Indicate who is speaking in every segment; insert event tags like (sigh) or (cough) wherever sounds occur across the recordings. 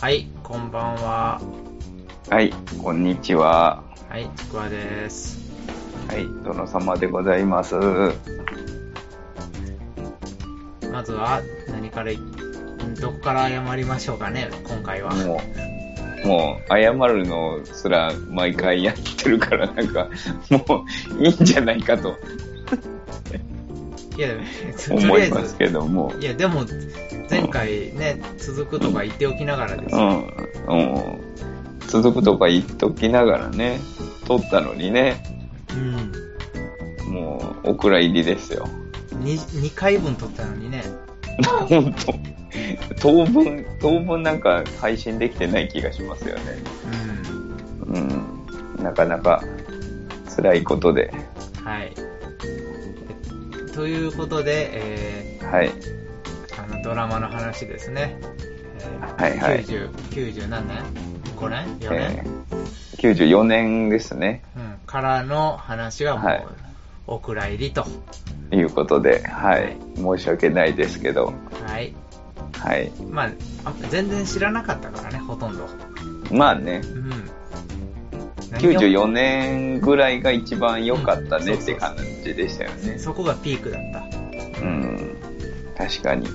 Speaker 1: はい、こんばんは。
Speaker 2: はい、こんにちは。
Speaker 1: はい、ちくわです。
Speaker 2: はい、殿様でございます。
Speaker 1: まずは、何からい、んどこから謝りましょうかね、今回は。
Speaker 2: もう、もう、謝るのすら毎回やってるから、なんか、もう、いいんじゃないかと
Speaker 1: いや、とり
Speaker 2: 思
Speaker 1: あえ
Speaker 2: います
Speaker 1: ず、
Speaker 2: けども。
Speaker 1: いや、でも、前回ね、続くとか言っておきながらです
Speaker 2: う
Speaker 1: よ。
Speaker 2: ん、うん。続くとか言っときながらね、撮ったのにね、
Speaker 1: うん。
Speaker 2: もう、お蔵入りですよ。
Speaker 1: に2回分撮ったのにね。
Speaker 2: ほんと。当分、当分なんか配信できてない気がしますよね。
Speaker 1: うん。
Speaker 2: うん。なかなか辛いことで。
Speaker 1: はい。ということで、え
Speaker 2: はい。
Speaker 1: ー、あの、ドラマの話ですね。えー
Speaker 2: はいはい
Speaker 1: 90、90何年 ?5 年 ?4 年、
Speaker 2: えー、94年ですね。
Speaker 1: うん、からの話はもう、
Speaker 2: はい
Speaker 1: お蔵入りと。
Speaker 2: いうことで、はい。申し訳ないですけど、
Speaker 1: はい。
Speaker 2: はい。
Speaker 1: まあ、あ全然知らなかったからね、ほとんど。
Speaker 2: まあね、
Speaker 1: うん。
Speaker 2: 94年ぐらいが一番良かったねって感じでしたよね。
Speaker 1: そこがピークだった。
Speaker 2: うん。確かに。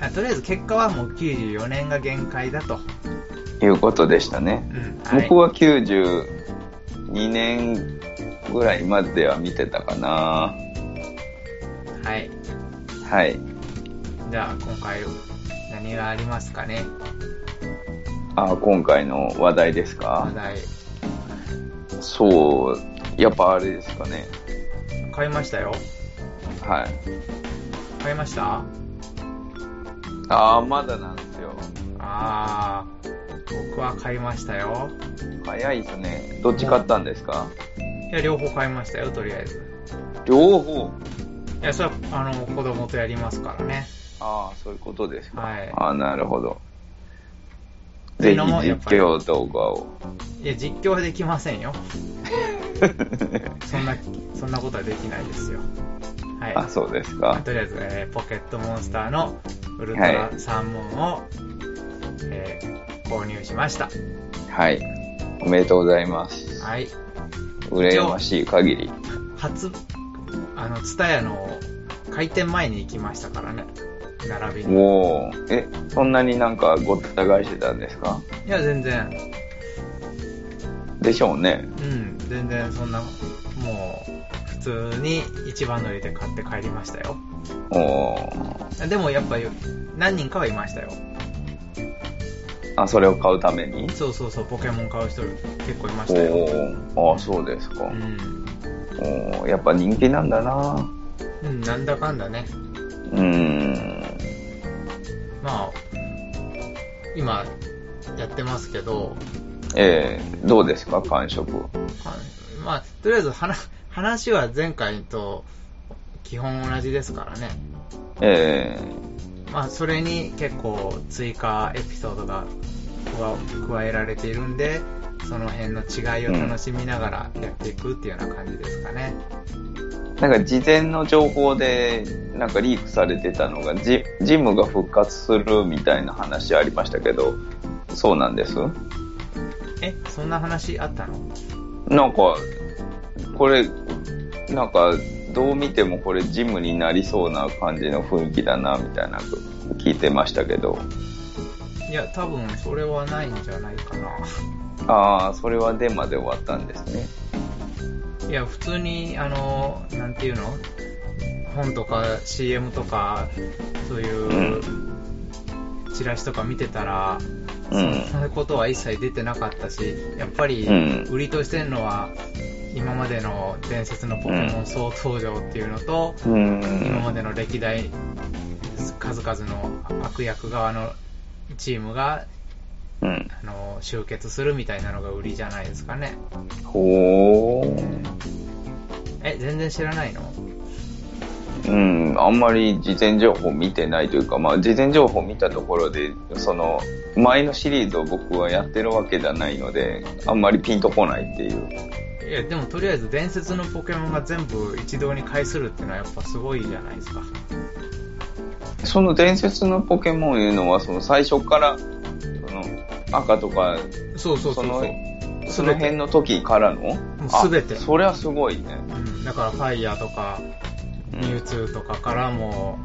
Speaker 1: あとりあえず結果はもう94年が限界だと。
Speaker 2: いうことでしたね。
Speaker 1: うん。はい、
Speaker 2: 僕は92年ぐらいまでは見てたかな。
Speaker 1: はい。
Speaker 2: はい。
Speaker 1: じゃあ、今回、何がありますかね、
Speaker 2: あ、今回の話題ですか
Speaker 1: 話題。
Speaker 2: そう。やっぱあれですかね。
Speaker 1: 買いましたよ。
Speaker 2: はい。
Speaker 1: 買いました
Speaker 2: ああ、まだなんですよ。
Speaker 1: あー、僕は買いましたよ。
Speaker 2: 早いですね。どっち買ったんですか
Speaker 1: いや、両方買いましたよ、とりあえず。
Speaker 2: 両方。
Speaker 1: いや、それは、あの、子供とやりますからね。
Speaker 2: ああ、そういうことですか。
Speaker 1: はい
Speaker 2: ああ、なるほど。
Speaker 1: ってい
Speaker 2: ぜ
Speaker 1: うの
Speaker 2: ひ実
Speaker 1: もやっぱり
Speaker 2: 況動画を。
Speaker 1: いや、実況はできません
Speaker 2: (laughs)
Speaker 1: よ。そんな、そんなことはできないですよ。はい。
Speaker 2: あ、そうですか。
Speaker 1: とりあえず、えーポケットモンスターのウルトラサーモンを、えー購入しました。
Speaker 2: はい。おめでとうございます。
Speaker 1: はい。
Speaker 2: 羨ましい限り。
Speaker 1: 初、あの、ツタヤの開店前に行きましたからね。並びに。い
Speaker 2: おお。え、そんなになんかごった返してたんですか
Speaker 1: や、全然、
Speaker 2: でしょうね。
Speaker 1: うん、全然そんな、もう、普通に一番乗りで買って帰りましたよ。
Speaker 2: おお。
Speaker 1: でもやっぱり、何人かはいましたよ。
Speaker 2: あ、それを買うために
Speaker 1: そうそうそう、ポケモン買う人結構いまし
Speaker 2: お
Speaker 1: たよ。
Speaker 2: お。ああ、そうですか。
Speaker 1: うん。
Speaker 2: おお。やっぱ人気なんだな。
Speaker 1: うん、なんだかんだね。
Speaker 2: うーん。
Speaker 1: まあ、今、やってますけど、
Speaker 2: ええどうですか感触。
Speaker 1: あまあ、とりあえず話、話は前回と基本同じですからね。
Speaker 2: え
Speaker 1: まあ、それに結構追加エピソードが加加えられているんで、その辺の違いを楽しみながらやっていくっていうような感じですかね。
Speaker 2: えなんか事前の情報で、なんかリークされてたのがジ、ジムが復活するみたいな話ありましたけど、そうなんです
Speaker 1: え、そんな話あったの
Speaker 2: なんか、これ、なんか、どう見てもこれジムになりそうな感じの雰囲気だな、みたいなの聞いてましたけど。
Speaker 1: いや、多分それはないんじゃないかな。
Speaker 2: ああ、それはデマで終わったんですね。
Speaker 1: いや、普通に、あの、なんていうの本とか CM とか、そういう、チラシとか見てたら、
Speaker 2: う
Speaker 1: そ
Speaker 2: ん。
Speaker 1: んなことは一切出てなかったし、やっぱり
Speaker 2: う、ん。
Speaker 1: 売りとしてるのは、今までの伝説のポケモン総登場っていうのと、
Speaker 2: う
Speaker 1: 今ま
Speaker 2: ん。
Speaker 1: での歴代、数々の悪役側のチームが、
Speaker 2: うん。
Speaker 1: あの、集結するみたいなのが売りじゃないですかね。
Speaker 2: ほー。
Speaker 1: え、全然知らないの
Speaker 2: うん、あんまり事前情報見てないというか、まあ、事前情報見たところで、その、前のシリーズを僕はやってるわけじゃないので、あんまりピンとこないっていう。
Speaker 1: いやでもとりあえず伝説のポケモンが全部一堂に会するってのはやっぱすごいじゃないですか
Speaker 2: その伝説のポケモンいうのは、その最初から、その、赤とか、
Speaker 1: そうそうそうそう
Speaker 2: そその辺の時からの
Speaker 1: もう全て
Speaker 2: あそれはすごいね。
Speaker 1: うんだからファイヤーとか
Speaker 2: うん
Speaker 1: ミュウツーとかからも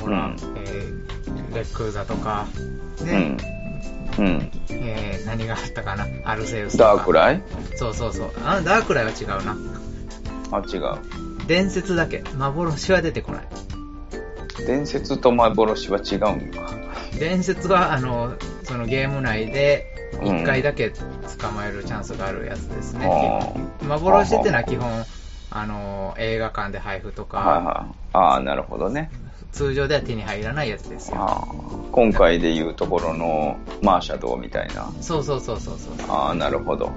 Speaker 1: ほら、
Speaker 2: うん
Speaker 1: えーレックーザとか
Speaker 2: う
Speaker 1: ね、
Speaker 2: ん。うん。
Speaker 1: えー何があったかなアルセウスとか
Speaker 2: ダークライ
Speaker 1: そうそうそうあダークライは違うな
Speaker 2: あ、違う。
Speaker 1: 伝説だけ幻は出てこない
Speaker 2: 伝説と幻は違うんか。
Speaker 1: 伝説はあのそのゲーム内で
Speaker 2: うん
Speaker 1: 1回だけ捕まえるチャンスがあるやつですね、
Speaker 2: あ
Speaker 1: 幻ってのは基本あの映画館で配布と
Speaker 2: あ、
Speaker 1: か、
Speaker 2: はいはい。ああ、なるほどね。
Speaker 1: 通常では手に入らないやつですよ
Speaker 2: ああ今回で言うところのマーシャドウみたいな。
Speaker 1: そうそうそうそうそう
Speaker 2: ああ、なるほど。は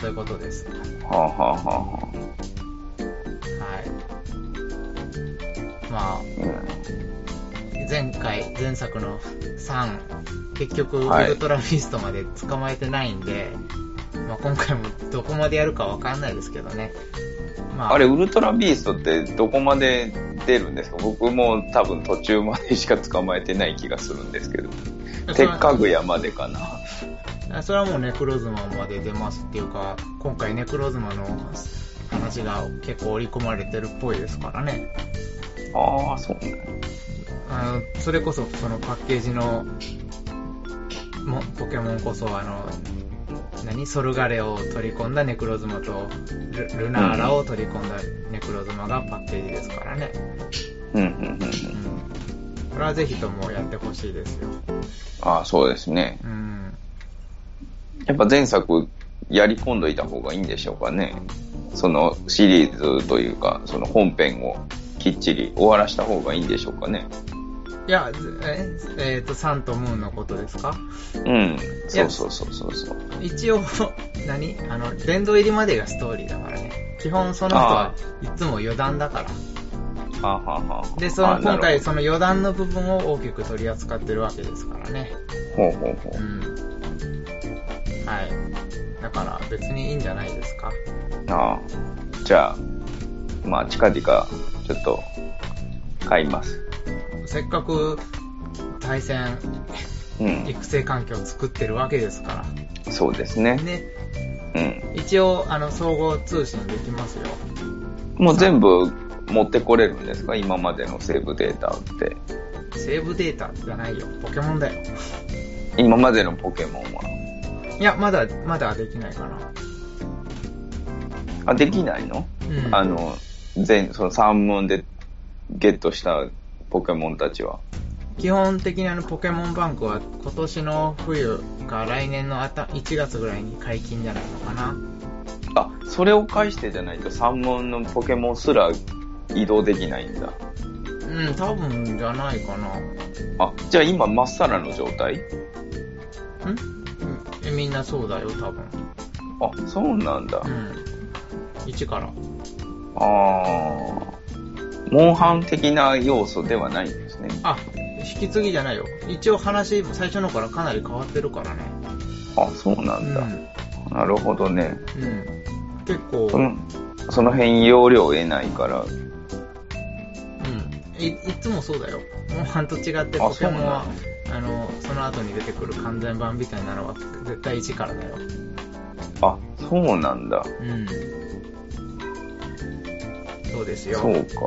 Speaker 1: そういうことですは
Speaker 2: あ、はあはあはい
Speaker 1: まあ
Speaker 2: あうん
Speaker 1: 前回前作の3結局ウ
Speaker 2: はい
Speaker 1: ルトラフィストまで捕まえてないんで、まあ、今回もどこまでやるかわかんないですけどねま
Speaker 2: あれ、ウルトラビーストってどこまで出るんですか僕も多分途中までしか捕まえてない気がするんですけど。
Speaker 1: それ
Speaker 2: 鉄火具屋までかな。
Speaker 1: あそれはもうネクロズマまで出ますっていうか今回ネクロズマの話が結構織り込まれてるっぽいですからね
Speaker 2: ああ、そうね。
Speaker 1: あのそれこそそのパッケージのもポケモンこそあの何ソルガレを取り込んだネクロズマとルルナーラを取り込んだネクロズマがパッケージですからね、
Speaker 2: うん、うん、うんうん。
Speaker 1: うん、これはぜひともやってほしいですよ、
Speaker 2: ああ、そうですね。
Speaker 1: うん、
Speaker 2: やっぱ前作やり込んどいた方がいいんでしょうかね。そのシリーズというか、その本編をきっちり終わらした方がいいんでしょうかね。
Speaker 1: いやええーとサンとムーンのことですか
Speaker 2: うん。そうそうそうそうそう。
Speaker 1: 一応、 (laughs) 何あの、殿堂入りまでがストーリーだからね。基本その後
Speaker 2: あ
Speaker 1: はいつも余談だから。
Speaker 2: はあはあはあ
Speaker 1: で、その、
Speaker 2: あな
Speaker 1: 今
Speaker 2: る
Speaker 1: 回その余談の部分を大きく取り扱ってるわけですからね。
Speaker 2: ほどほうほう
Speaker 1: う
Speaker 2: ほ
Speaker 1: ん。はい。だから別にいいんじゃないですか。
Speaker 2: う。ああ。じゃあ、まあ、近々、ちょっと、買います。
Speaker 1: せっかく対戦、
Speaker 2: うん。
Speaker 1: 育成環境を作ってるわけですか
Speaker 2: そうです
Speaker 1: ら。
Speaker 2: ね。
Speaker 1: ね。
Speaker 2: うん。
Speaker 1: 一応、あの、総合通信できますよ。
Speaker 2: もう全部持ってこれるんですか今までのセーブデータって。
Speaker 1: セーブデータじゃないよ。ポケモンだよ。
Speaker 2: 今までのポケモンは。
Speaker 1: いや、まだ、まだできないかな。
Speaker 2: あ、できないの、
Speaker 1: うん
Speaker 2: あの、全、その三問でゲットしたポケモンたちは。
Speaker 1: 基本的にあのポケモンバンクは今年の冬か来年のあた1月ぐらいに解禁じゃないのかな
Speaker 2: あ、それを介してじゃないと三問のポケモンすら移動できないんだ。
Speaker 1: うん多分じゃないかな
Speaker 2: あ、じゃあ今まっさらの状態
Speaker 1: んえみんなそうだよ多分
Speaker 2: あ、そうなんだ
Speaker 1: う。ん1から
Speaker 2: あー。モンハン的な要素ではないんですね。
Speaker 1: あ引き継ぎじゃないよ一応話も最初のからかなり変わってるからね
Speaker 2: あ、そうな
Speaker 1: うんん、
Speaker 2: だ。なるほどね。
Speaker 1: うん、結
Speaker 2: そ
Speaker 1: 構
Speaker 2: の、その辺容量を得ないから。
Speaker 1: うんいいつもそうだよモンハンと違ってポケモンはあのその後に出てくる完全版みたいなのは絶対1からだよ
Speaker 2: あ、そうなんだ。
Speaker 1: うん。そうですよ。
Speaker 2: そうか。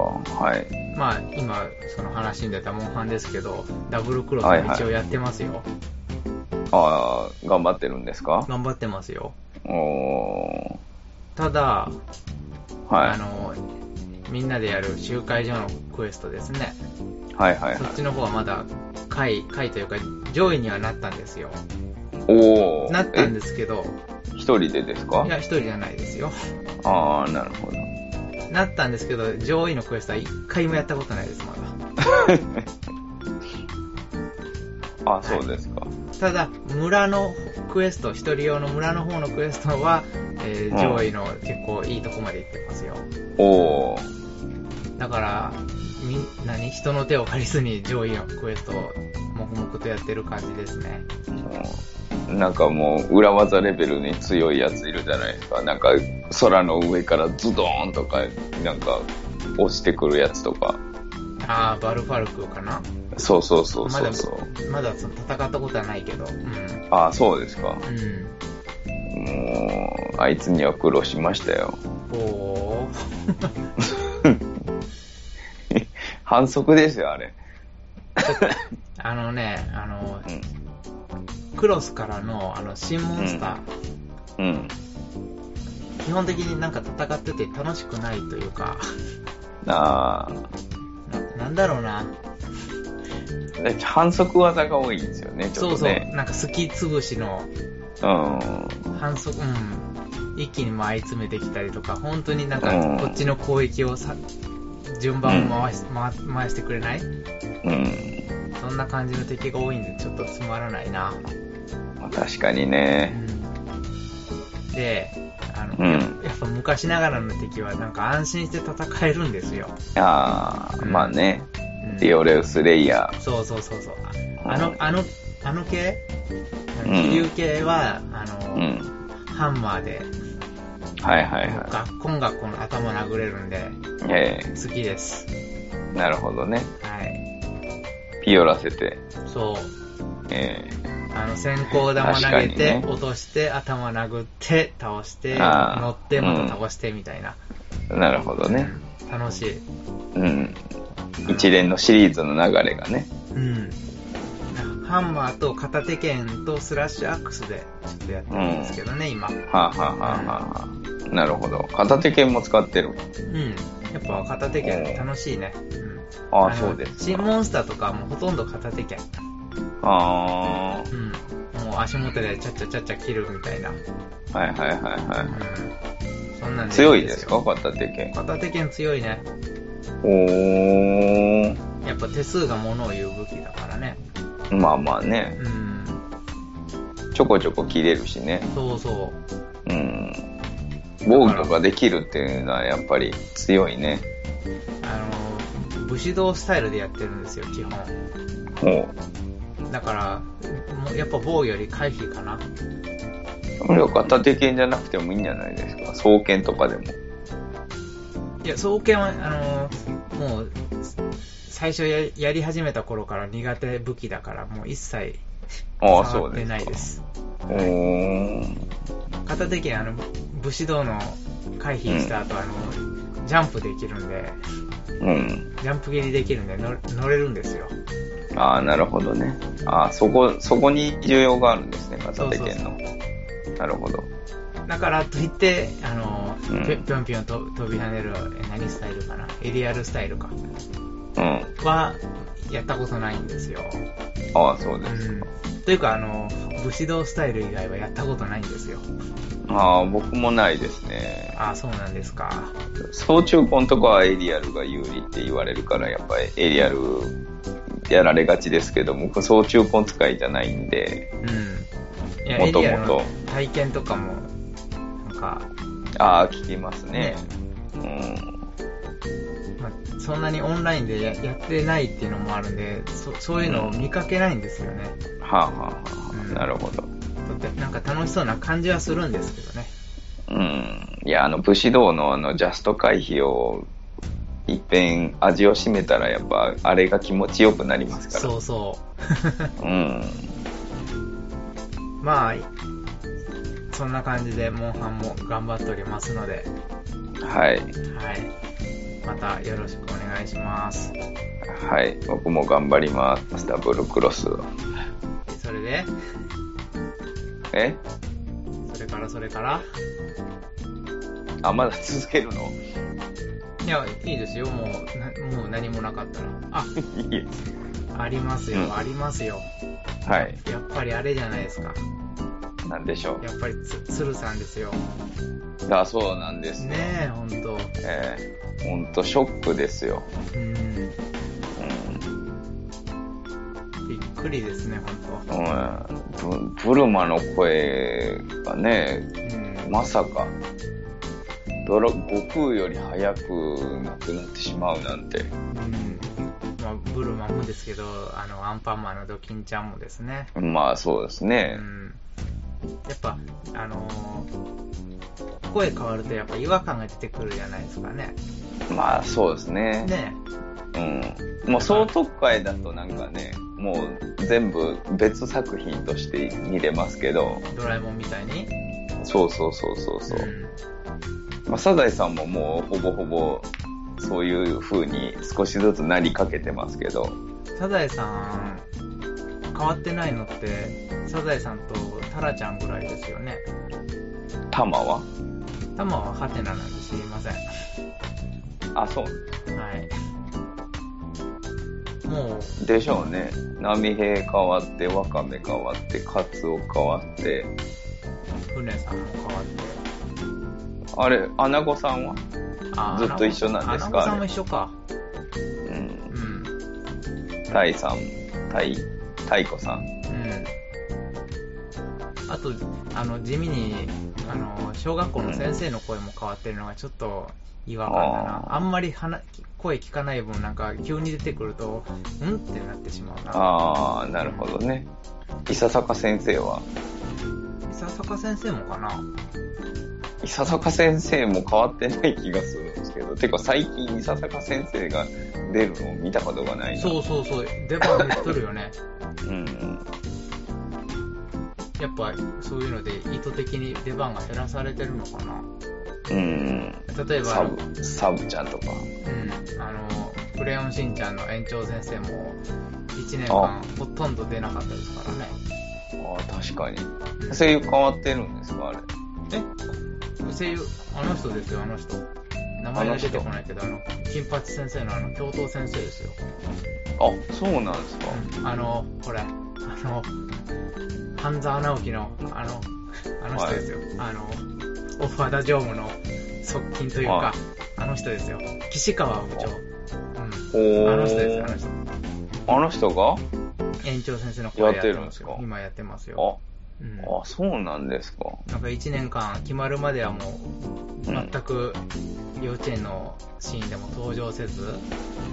Speaker 2: はい。
Speaker 1: まあ、今、その話に出たモンハンですけど、ダブルクロスも
Speaker 2: はいはい
Speaker 1: 一応やってますよ。
Speaker 2: ああ、頑張ってるんですか
Speaker 1: 頑張ってますよ。
Speaker 2: お
Speaker 1: ただ、
Speaker 2: ーはい
Speaker 1: あの、みんなでやる集会所のクエストですね。
Speaker 2: はいはい
Speaker 1: そっ
Speaker 2: は
Speaker 1: ちの方はまだ、下位、下位というか、上位にはなったんですよ。
Speaker 2: い。おお。
Speaker 1: なったんですけど、
Speaker 2: え一人でですか
Speaker 1: いや、一人じゃないですよ。
Speaker 2: ああ、なるほど。
Speaker 1: なったんですけど、上位のクエストは一回もやったことないです、まだ。
Speaker 2: あそうですか。
Speaker 1: ただ村のクエスト一人用の村の方のクエストは、えー
Speaker 2: うん
Speaker 1: 上位の結構いいとこまで行ってますよ
Speaker 2: おお。
Speaker 1: だからみんなに人の手を借りずに上位のクエストを黙々とやってる感じですね
Speaker 2: なんかもう、裏技レベルに強いやついるじゃないですか。なんか、空の上からズドーンとか、なんか、落ちてくるやつとか。
Speaker 1: ああ、バルファルクかな
Speaker 2: そうそうそうそうそう。
Speaker 1: まだその戦ったことはないけど。うん。
Speaker 2: ああ、そうですか。
Speaker 1: うん。
Speaker 2: もう、あいつには苦労しましたよ。
Speaker 1: ほう。
Speaker 2: 反則ですよ、あれ。
Speaker 1: あのね、あの、
Speaker 2: うん。
Speaker 1: クロスからの、あの、新モンスター、
Speaker 2: うん。
Speaker 1: 基本的になんか戦ってて楽しくないというか、 (laughs)
Speaker 2: ああ。
Speaker 1: ななんだろうな。
Speaker 2: で反則技が多いんですよね、ち
Speaker 1: そ
Speaker 2: ょ
Speaker 1: う
Speaker 2: っ
Speaker 1: そ
Speaker 2: と
Speaker 1: う、
Speaker 2: ね。
Speaker 1: なんか好き潰しの反則、うん、一気に回り詰めてきたりとか、本当になん
Speaker 2: うん
Speaker 1: か、こっちの攻撃をさ、順番を回し、回回してくれない
Speaker 2: うん。うん。
Speaker 1: そんな感じの敵が多いんで、ちょっとつまらないな。
Speaker 2: まあ確かに
Speaker 1: う
Speaker 2: ね。
Speaker 1: ん、で、あの、
Speaker 2: うん
Speaker 1: やっぱやっぱ昔ながらの敵はなんか安心して戦えるんですよ。
Speaker 2: ああ、まあね。
Speaker 1: うん
Speaker 2: ディオレウス・レイヤ
Speaker 1: そうそうそうそう。
Speaker 2: ー。
Speaker 1: あの、あの、あの系あの
Speaker 2: うん
Speaker 1: 気流系は、あの、
Speaker 2: うん。
Speaker 1: ハンマーで、
Speaker 2: はいはい
Speaker 1: もう
Speaker 2: は
Speaker 1: ガッコンガッコン頭殴れるんで、
Speaker 2: い。ええ
Speaker 1: 好きです。
Speaker 2: なるほどね。
Speaker 1: はい。
Speaker 2: ピオらせて。
Speaker 1: そう。
Speaker 2: え
Speaker 1: あの、先行玉投げ
Speaker 2: 確か
Speaker 1: て、
Speaker 2: にね
Speaker 1: 落として、頭殴って、倒して、
Speaker 2: あー
Speaker 1: 乗って、ま
Speaker 2: うん
Speaker 1: た倒して、みたいな。
Speaker 2: えなるほどね。
Speaker 1: 楽しい。
Speaker 2: うん。一連のシリーズの流れがね。
Speaker 1: うん。なんかハンマーと片手剣とスラッシュアックスで、ちょっとやってるんですけどね、今。うん。
Speaker 2: はあ、はあはあはあはあ、なるほど。片手剣も使ってる。
Speaker 1: やっぱ片手剣楽しいね。うん。
Speaker 2: あ
Speaker 1: の
Speaker 2: あ、そうです
Speaker 1: 新
Speaker 2: か。
Speaker 1: モンスターとかはもうほとんど片手剣。
Speaker 2: あ
Speaker 1: うん。もう足元でちゃっちゃちゃっちゃ切るみたいな。うん。
Speaker 2: あ、はいはいはいは
Speaker 1: そんなん
Speaker 2: い。
Speaker 1: で
Speaker 2: 強いですか
Speaker 1: よ
Speaker 2: 片手剣。
Speaker 1: 片手剣強いね。
Speaker 2: お
Speaker 1: やっぱ手数がものを言う武器だからね。
Speaker 2: ー。まあまあね。
Speaker 1: うん。
Speaker 2: ちょこちょこ切れるしね。
Speaker 1: そうそ
Speaker 2: うん。防御ができるっていうのはやっぱり強いね。
Speaker 1: う。あの、武士道スタイルでやってるんですよ、基本。
Speaker 2: も
Speaker 1: だから、もうやっぱ防御より回避かな。
Speaker 2: う、これは片手剣じゃなくてもいいんじゃないですか。双剣とかでも。
Speaker 1: いや、双剣は、あの、もう、最初ややり始めた頃から苦手武器だから、もう一切
Speaker 2: ああ、そ
Speaker 1: 触
Speaker 2: う
Speaker 1: って
Speaker 2: ですか。
Speaker 1: ないです。
Speaker 2: おー。
Speaker 1: 片手剣、あの、武士道の回避した後、あの、ジャンプできるんで、
Speaker 2: うん。
Speaker 1: ジャンプ蹴りできるんで乗、乗れるんですよ。
Speaker 2: ああ、なるほどね。ああ、そこ、そこに需要があるんですね、片手剣の。なるほど。
Speaker 1: だからといって、あの、
Speaker 2: うん
Speaker 1: ぴょぴょんぴょんと飛び跳ねる、え何スタイルかな、エリアルスタイルか、
Speaker 2: うん。
Speaker 1: は、やったことないんですよ。
Speaker 2: ああ、そうで
Speaker 1: う
Speaker 2: す
Speaker 1: ん
Speaker 2: か。。
Speaker 1: というか、あの、武士道スタイル以外はやったことないんですよ。
Speaker 2: ああ、僕もないですね。
Speaker 1: ああ、そうなんですか。
Speaker 2: 総中婚とかはエリアルが有利って言われるから、やっぱりエリアルやられがちですけど、僕、総中婚使いじゃないんで、
Speaker 1: うん。いや、エ
Speaker 2: もと
Speaker 1: リア
Speaker 2: もと
Speaker 1: の。体験とかも、なんか、
Speaker 2: ああ、聞きますね
Speaker 1: ね。まあ、そんなにオンラインでややってないっていうのもあるんでそ、そういうのを見かけないんですよね。
Speaker 2: うん。はあ、はあはあ
Speaker 1: うん
Speaker 2: なるほど。
Speaker 1: とってなんか楽しそうな感じはするんですけどね。
Speaker 2: うん。いや、あの、武士道のあの、ジャスト回避を、いっぺん味を占めたら、やっぱ、あれが気持ちよくなりますから。。
Speaker 1: そうそう
Speaker 2: ん。
Speaker 1: う。まあ、そんな感じで、モンハンも頑張っておりますので、
Speaker 2: は
Speaker 1: は
Speaker 2: い。
Speaker 1: い。またよろしくお願いします。
Speaker 2: はい。僕も頑張ります。ダブルクロス。
Speaker 1: それで、
Speaker 2: え
Speaker 1: それからそれから、
Speaker 2: あ、まだ続けるの (laughs)
Speaker 1: いや、いいですよ、もう、なもう何もなかったら。あ、
Speaker 2: いいえ
Speaker 1: あります
Speaker 2: うん
Speaker 1: よ、ありますよ。
Speaker 2: はい。
Speaker 1: やっぱりあれじゃないですか。
Speaker 2: なんでしょ
Speaker 1: やっぱりつ、鶴さんですよ。
Speaker 2: う。あ、そうなんですよ。
Speaker 1: ねえ、ほんと。
Speaker 2: ええほんと、ショックですよ。
Speaker 1: うん。
Speaker 2: うん。
Speaker 1: びっくりですね、ほんと。
Speaker 2: うん、ブブルマの声がね、
Speaker 1: うん。
Speaker 2: まさか、ドラ悟空より早く亡くなってしまうなんて。
Speaker 1: うん。まあ、ブルマもですけど、あの、アンパンマンのドキンちゃんもですね。
Speaker 2: まあそうです
Speaker 1: う
Speaker 2: ね。
Speaker 1: ん。やっぱ、あのー声変わるとやっぱ違和感が出てくるじゃないですかね。
Speaker 2: まあそうですね。
Speaker 1: ね
Speaker 2: うん。もう総特会だとなんかね、もう全部別作品として見れますけど、
Speaker 1: ドラえもんみたいに。
Speaker 2: そうそうそうそうそう。まあ、サザエさんももうほぼほぼそういう風に少しずつなりかけてますけど、
Speaker 1: うんサザエさん、変わってないのって、サザエさんとタラちゃんぐらいですよね。
Speaker 2: タマは
Speaker 1: タマはハテナなんで知りません。
Speaker 2: あ、そう。
Speaker 1: はい。もう、
Speaker 2: でしょうね。波平変わって、ワカメ変わって、カツオ変わって。
Speaker 1: 船さんも変わって。
Speaker 2: あれ、アナゴさんは
Speaker 1: あ
Speaker 2: ずっと一緒なんですか
Speaker 1: アナゴさんも一緒か。
Speaker 2: うん
Speaker 1: う。ん。
Speaker 2: タイさん、タイ、タイコさん。
Speaker 1: あと、あの、地味に、あの、小学校の先生の声も変わってるのがちょっと違和感だ
Speaker 2: あ
Speaker 1: な。
Speaker 2: ー
Speaker 1: あんまり話声聞かない分、なんか急に出てくると、んってなってしまうな。
Speaker 2: あー、なるほどね。伊佐坂先生は
Speaker 1: 伊佐坂先生もかな
Speaker 2: 伊佐坂先生も変わってない気がするんですけど、てか最近伊佐坂先生が出るのを見たことがないな
Speaker 1: そうそうそう、出番減っとるよね。
Speaker 2: うんうん。
Speaker 1: やっぱ、そういうので意図的に出番が減らされてるのかな。
Speaker 2: うん
Speaker 1: 例え
Speaker 2: うん。
Speaker 1: ば、
Speaker 2: サブ、サブちゃんとか。
Speaker 1: うん、あの、クレヨンしんちゃんの園長先生も、1年間
Speaker 2: あ
Speaker 1: ほとんど出なかったですからね。
Speaker 2: ああ、確かに。
Speaker 1: うん
Speaker 2: 声優変わってるんですかあれ。
Speaker 1: 声優、あの人ですよ、あの人。名前が出てこないけど、あの、金八先生のあの、教頭先生ですよ。
Speaker 2: あ、そうなんですか
Speaker 1: あの、これ、あの、半沢直樹の、あの、あの人ですよ。あの、オファダ常務の側近というか、
Speaker 2: はい
Speaker 1: あの人ですよ。岸川部長。
Speaker 2: お
Speaker 1: うん。
Speaker 2: ー
Speaker 1: あの人ですよ、あの人。
Speaker 2: あの人が
Speaker 1: 園長先生の
Speaker 2: やってるんですか
Speaker 1: 今やってますよ。
Speaker 2: あ、
Speaker 1: うん
Speaker 2: あ、そうなんですか。
Speaker 1: なんか1年間決まるまではもう、
Speaker 2: うん
Speaker 1: 全く幼稚園のシーンでも登場せず、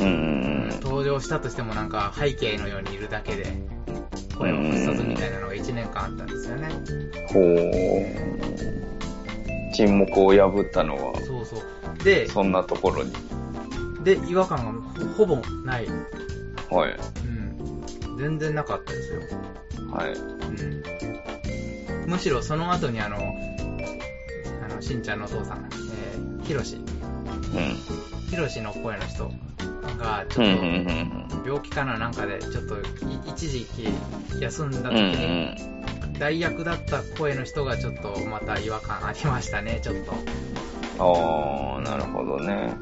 Speaker 2: うんうんうん。
Speaker 1: 登場したとしてもなんか背景のようにいるだけで、声を発さずみたいなのが1年間あったんですよね。
Speaker 2: ほう。沈黙を破ったのは、
Speaker 1: そうそう。で、
Speaker 2: そんなところに。
Speaker 1: で、違和感がほほぼない。う
Speaker 2: はい。
Speaker 1: ん。全然なかったですよ。
Speaker 2: はい。
Speaker 1: うん。むしろその後にあの、あの、しんちゃんのお父さん、えー、ひろし、
Speaker 2: う
Speaker 1: ひろしの声の人がち
Speaker 2: ん。う
Speaker 1: ょっ
Speaker 2: んう
Speaker 1: と、
Speaker 2: んうん
Speaker 1: 病気かななんかでちょっとい一時期休んだ時
Speaker 2: うん。うんう
Speaker 1: に
Speaker 2: ん。
Speaker 1: 代役だった声の人がちょっとまた違和感ありましたねちょっと
Speaker 2: ああ、なるほどね。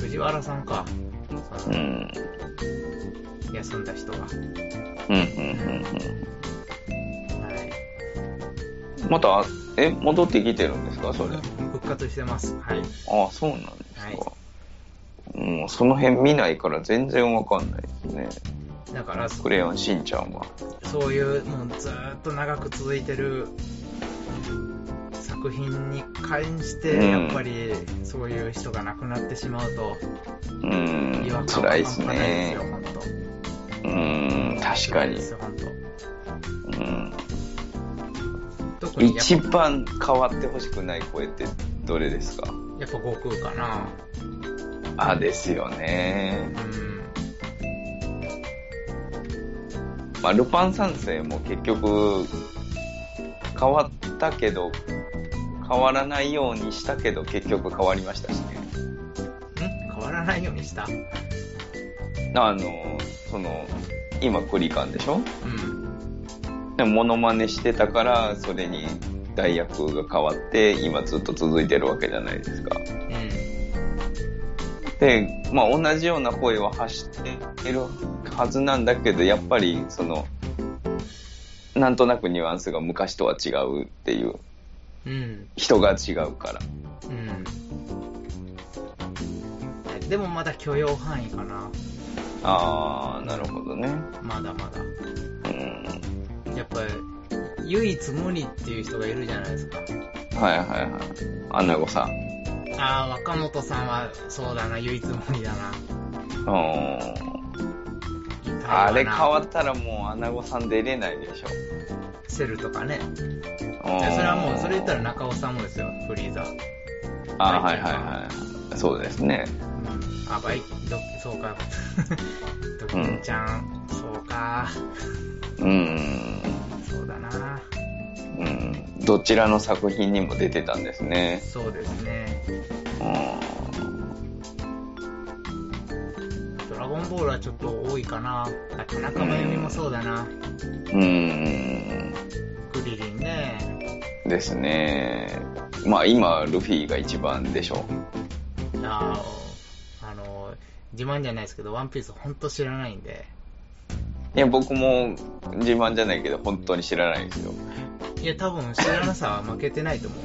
Speaker 1: 藤原さんかその
Speaker 2: うん。
Speaker 1: 休んだ人がは
Speaker 2: うんうんうん
Speaker 1: い
Speaker 2: うん。また、え、戻ってきてるんですかそれ。
Speaker 1: 復活してますはい
Speaker 2: ああ、そうなんですか。
Speaker 1: はい
Speaker 2: うん、その辺見ないから全然わかんないですね。
Speaker 1: だからそ
Speaker 2: クレヨンしんちゃんは。
Speaker 1: そういうもうずーっと長く続いてる作品に関して
Speaker 2: うん
Speaker 1: やっぱりそういう人が亡くなってしまうと
Speaker 2: うん
Speaker 1: 違和、感は
Speaker 2: 辛
Speaker 1: 半端ない
Speaker 2: いです
Speaker 1: です
Speaker 2: ね
Speaker 1: よ。本当
Speaker 2: うん、確か
Speaker 1: 辛い
Speaker 2: に
Speaker 1: で。すよ本
Speaker 2: うん、
Speaker 1: 当特にやっぱ
Speaker 2: 一番変わってほしくない声ってどれですか
Speaker 1: やっぱ悟空かな
Speaker 2: あ、ですよね。
Speaker 1: う
Speaker 2: まあ、ルパン三世も結局、変わったけど、変わらないようにしたけど、結局変わりましたしね。
Speaker 1: ん。ん変わらないようにした
Speaker 2: あの、その、今、クリカンでしょ
Speaker 1: うん。
Speaker 2: でも、モノマネしてたから、それに代役が変わって、今ずっと続いてるわけじゃないですか。
Speaker 1: うん。
Speaker 2: で、まあ、同じような声を発しているはずなんだけど、やっぱり、その、なんとなくニュアンスが昔とは違うっていう、
Speaker 1: うん。
Speaker 2: 人が違うから。
Speaker 1: うん。えでもまだ許容範囲かな。
Speaker 2: あー、なるほどね。
Speaker 1: まだま
Speaker 2: うん。
Speaker 1: だ。やっぱり、唯一無二っていう人がいるじゃないですか。
Speaker 2: はいはいはい。アナゴさん。
Speaker 1: ああ、若本さんは、そうだな、唯一無二だな。
Speaker 2: うん。
Speaker 1: 痛いわな
Speaker 2: あれ変わったらもうアナゴさん出れないでしょ。
Speaker 1: セルとかね。
Speaker 2: うん
Speaker 1: いやそれはもう、それ言ったら中尾さんもですよ、フリーザ。
Speaker 2: あーはいはいはい。そうですね。
Speaker 1: うんあ、バイ、ドそうか。 (laughs) ドキンちゃん、そうか。
Speaker 2: うん。
Speaker 1: そうだな。
Speaker 2: うん。どちらの作品にも出てたんですね。
Speaker 1: そうですね。
Speaker 2: うん。
Speaker 1: ドラゴンボールはちょっと多いかな。あ、田中真由美もそうだな。
Speaker 2: うん。
Speaker 1: グリリンね。
Speaker 2: ですね。まあ今、ルフィが一番でしょ
Speaker 1: ああの、自慢じゃないですけど、ワンピースほんと知らないんで。
Speaker 2: う。いや、僕も自慢じゃないけど、本当に知らないですよ。
Speaker 1: いや、多分知らなさは負けてないと思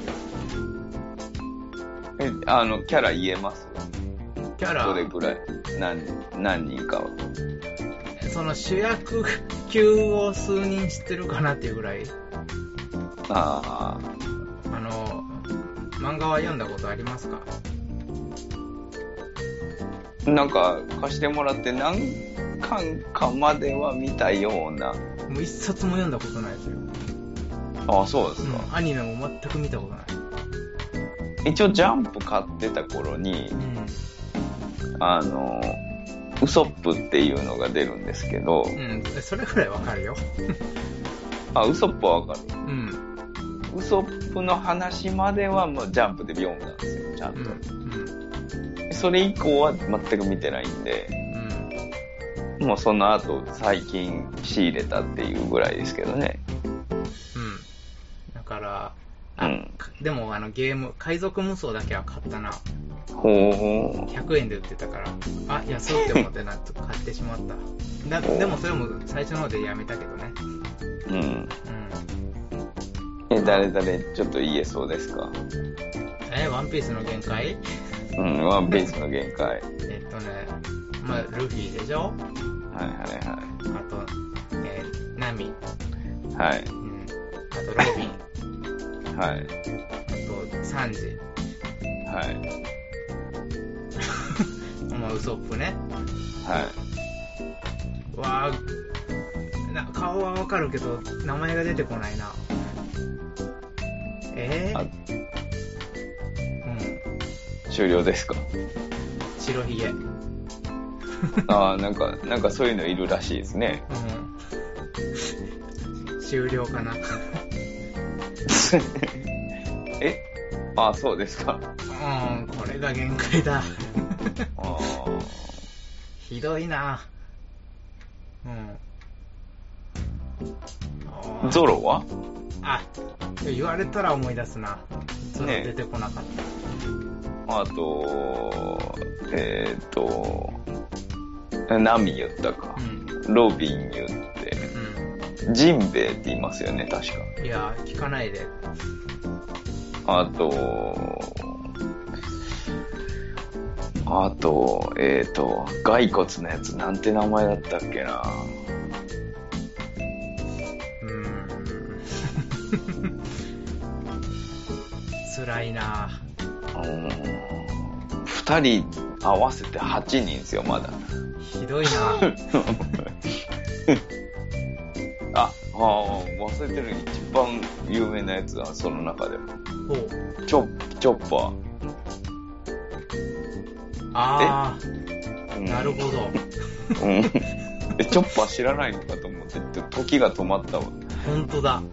Speaker 1: うよ。
Speaker 2: え、あの、キャラ言えます
Speaker 1: キャラ
Speaker 2: ど、れぐらい何、何人かは。
Speaker 1: その主役級を数人知ってるかなっていうぐらい、
Speaker 2: あ
Speaker 1: あの、漫画は読んだことありますか
Speaker 2: あ。なんか、貸してもらって何巻かまでは見たような。
Speaker 1: もう一冊も読んだことないですよ。
Speaker 2: ああ、そうですか。
Speaker 1: アニメも全く見たことない。
Speaker 2: 一応、ジャンプ買ってた頃に
Speaker 1: う、ん。
Speaker 2: あの、ウソップっていうのが出るんですけど、
Speaker 1: うん、それぐらいわかるよ。
Speaker 2: あ、ウソップはわかる。
Speaker 1: うん。
Speaker 2: ウソップの話まではもうジャンプで読んだんですよ、ちゃ
Speaker 1: うんん。
Speaker 2: と。それ以降は全く見てないんで、
Speaker 1: うん。
Speaker 2: もうその後最近仕入れたっていうぐらいですけどね。
Speaker 1: うん。だから、
Speaker 2: う
Speaker 1: あ
Speaker 2: ん。
Speaker 1: かでもあのゲーム、海賊無双だけは買ったな。
Speaker 2: ほう。
Speaker 1: 100円で売ってたから、あ、安いって思ってな、ちょっと買ってしまった。だ
Speaker 2: (laughs)
Speaker 1: でもそれも最初の方でやめたけどね。
Speaker 2: うん。
Speaker 1: うん。
Speaker 2: え、誰々ちょっと言えそうですか
Speaker 1: え、ワンピースの限界
Speaker 2: うん、ワンピースの限界。はい
Speaker 1: えっとね、まあ、ルフィでしょ
Speaker 2: はい
Speaker 1: あと、えーナミ。
Speaker 2: はい。はい。
Speaker 1: うん。あと、ロビン。
Speaker 2: はい。
Speaker 1: あと、サンジ。 (laughs)
Speaker 2: はい。
Speaker 1: まあ、ウソップね。
Speaker 2: はい。
Speaker 1: わあ、な顔はわかるけど、名前が出てこないな。え
Speaker 2: あ
Speaker 1: ー、うん。
Speaker 2: 終了ですか
Speaker 1: 白ひげ。うん。
Speaker 2: ああ、なんか、なんかそういうのいるらしいですね。 (laughs)
Speaker 1: 終了かな。
Speaker 2: えああ、そうですか。
Speaker 1: うん、これが限界
Speaker 2: (laughs)
Speaker 1: だ。
Speaker 2: ああ。
Speaker 1: ひどいな。うん。あー
Speaker 2: ゾロは
Speaker 1: あ、言われたら思い出すな。ゾロ
Speaker 2: ね
Speaker 1: 出てこなかっ
Speaker 2: あと、えっ、と、ナミ言ったか
Speaker 1: た。う。ん。
Speaker 2: ロビン言って、
Speaker 1: う
Speaker 2: ジンベエって言いますよね、確
Speaker 1: ん。いや、聞かないで。
Speaker 2: か。あと、あと、えっ、と、骸骨のやつ、なんて名前だったっけな。
Speaker 1: うーん辛いな
Speaker 2: うん二人合わせて八人ですよ、まだ。
Speaker 1: ひどい (laughs) な
Speaker 2: あ、あー忘れてる。一番有名なやつは、その中でも。
Speaker 1: ほう
Speaker 2: チョッ、チョッパ
Speaker 1: あ
Speaker 2: ー。う
Speaker 1: あ
Speaker 2: ん
Speaker 1: なるほど
Speaker 2: うん (laughs) えチョッパー知らないのかと思ってて時が止まったわ
Speaker 1: 本当だ
Speaker 2: ね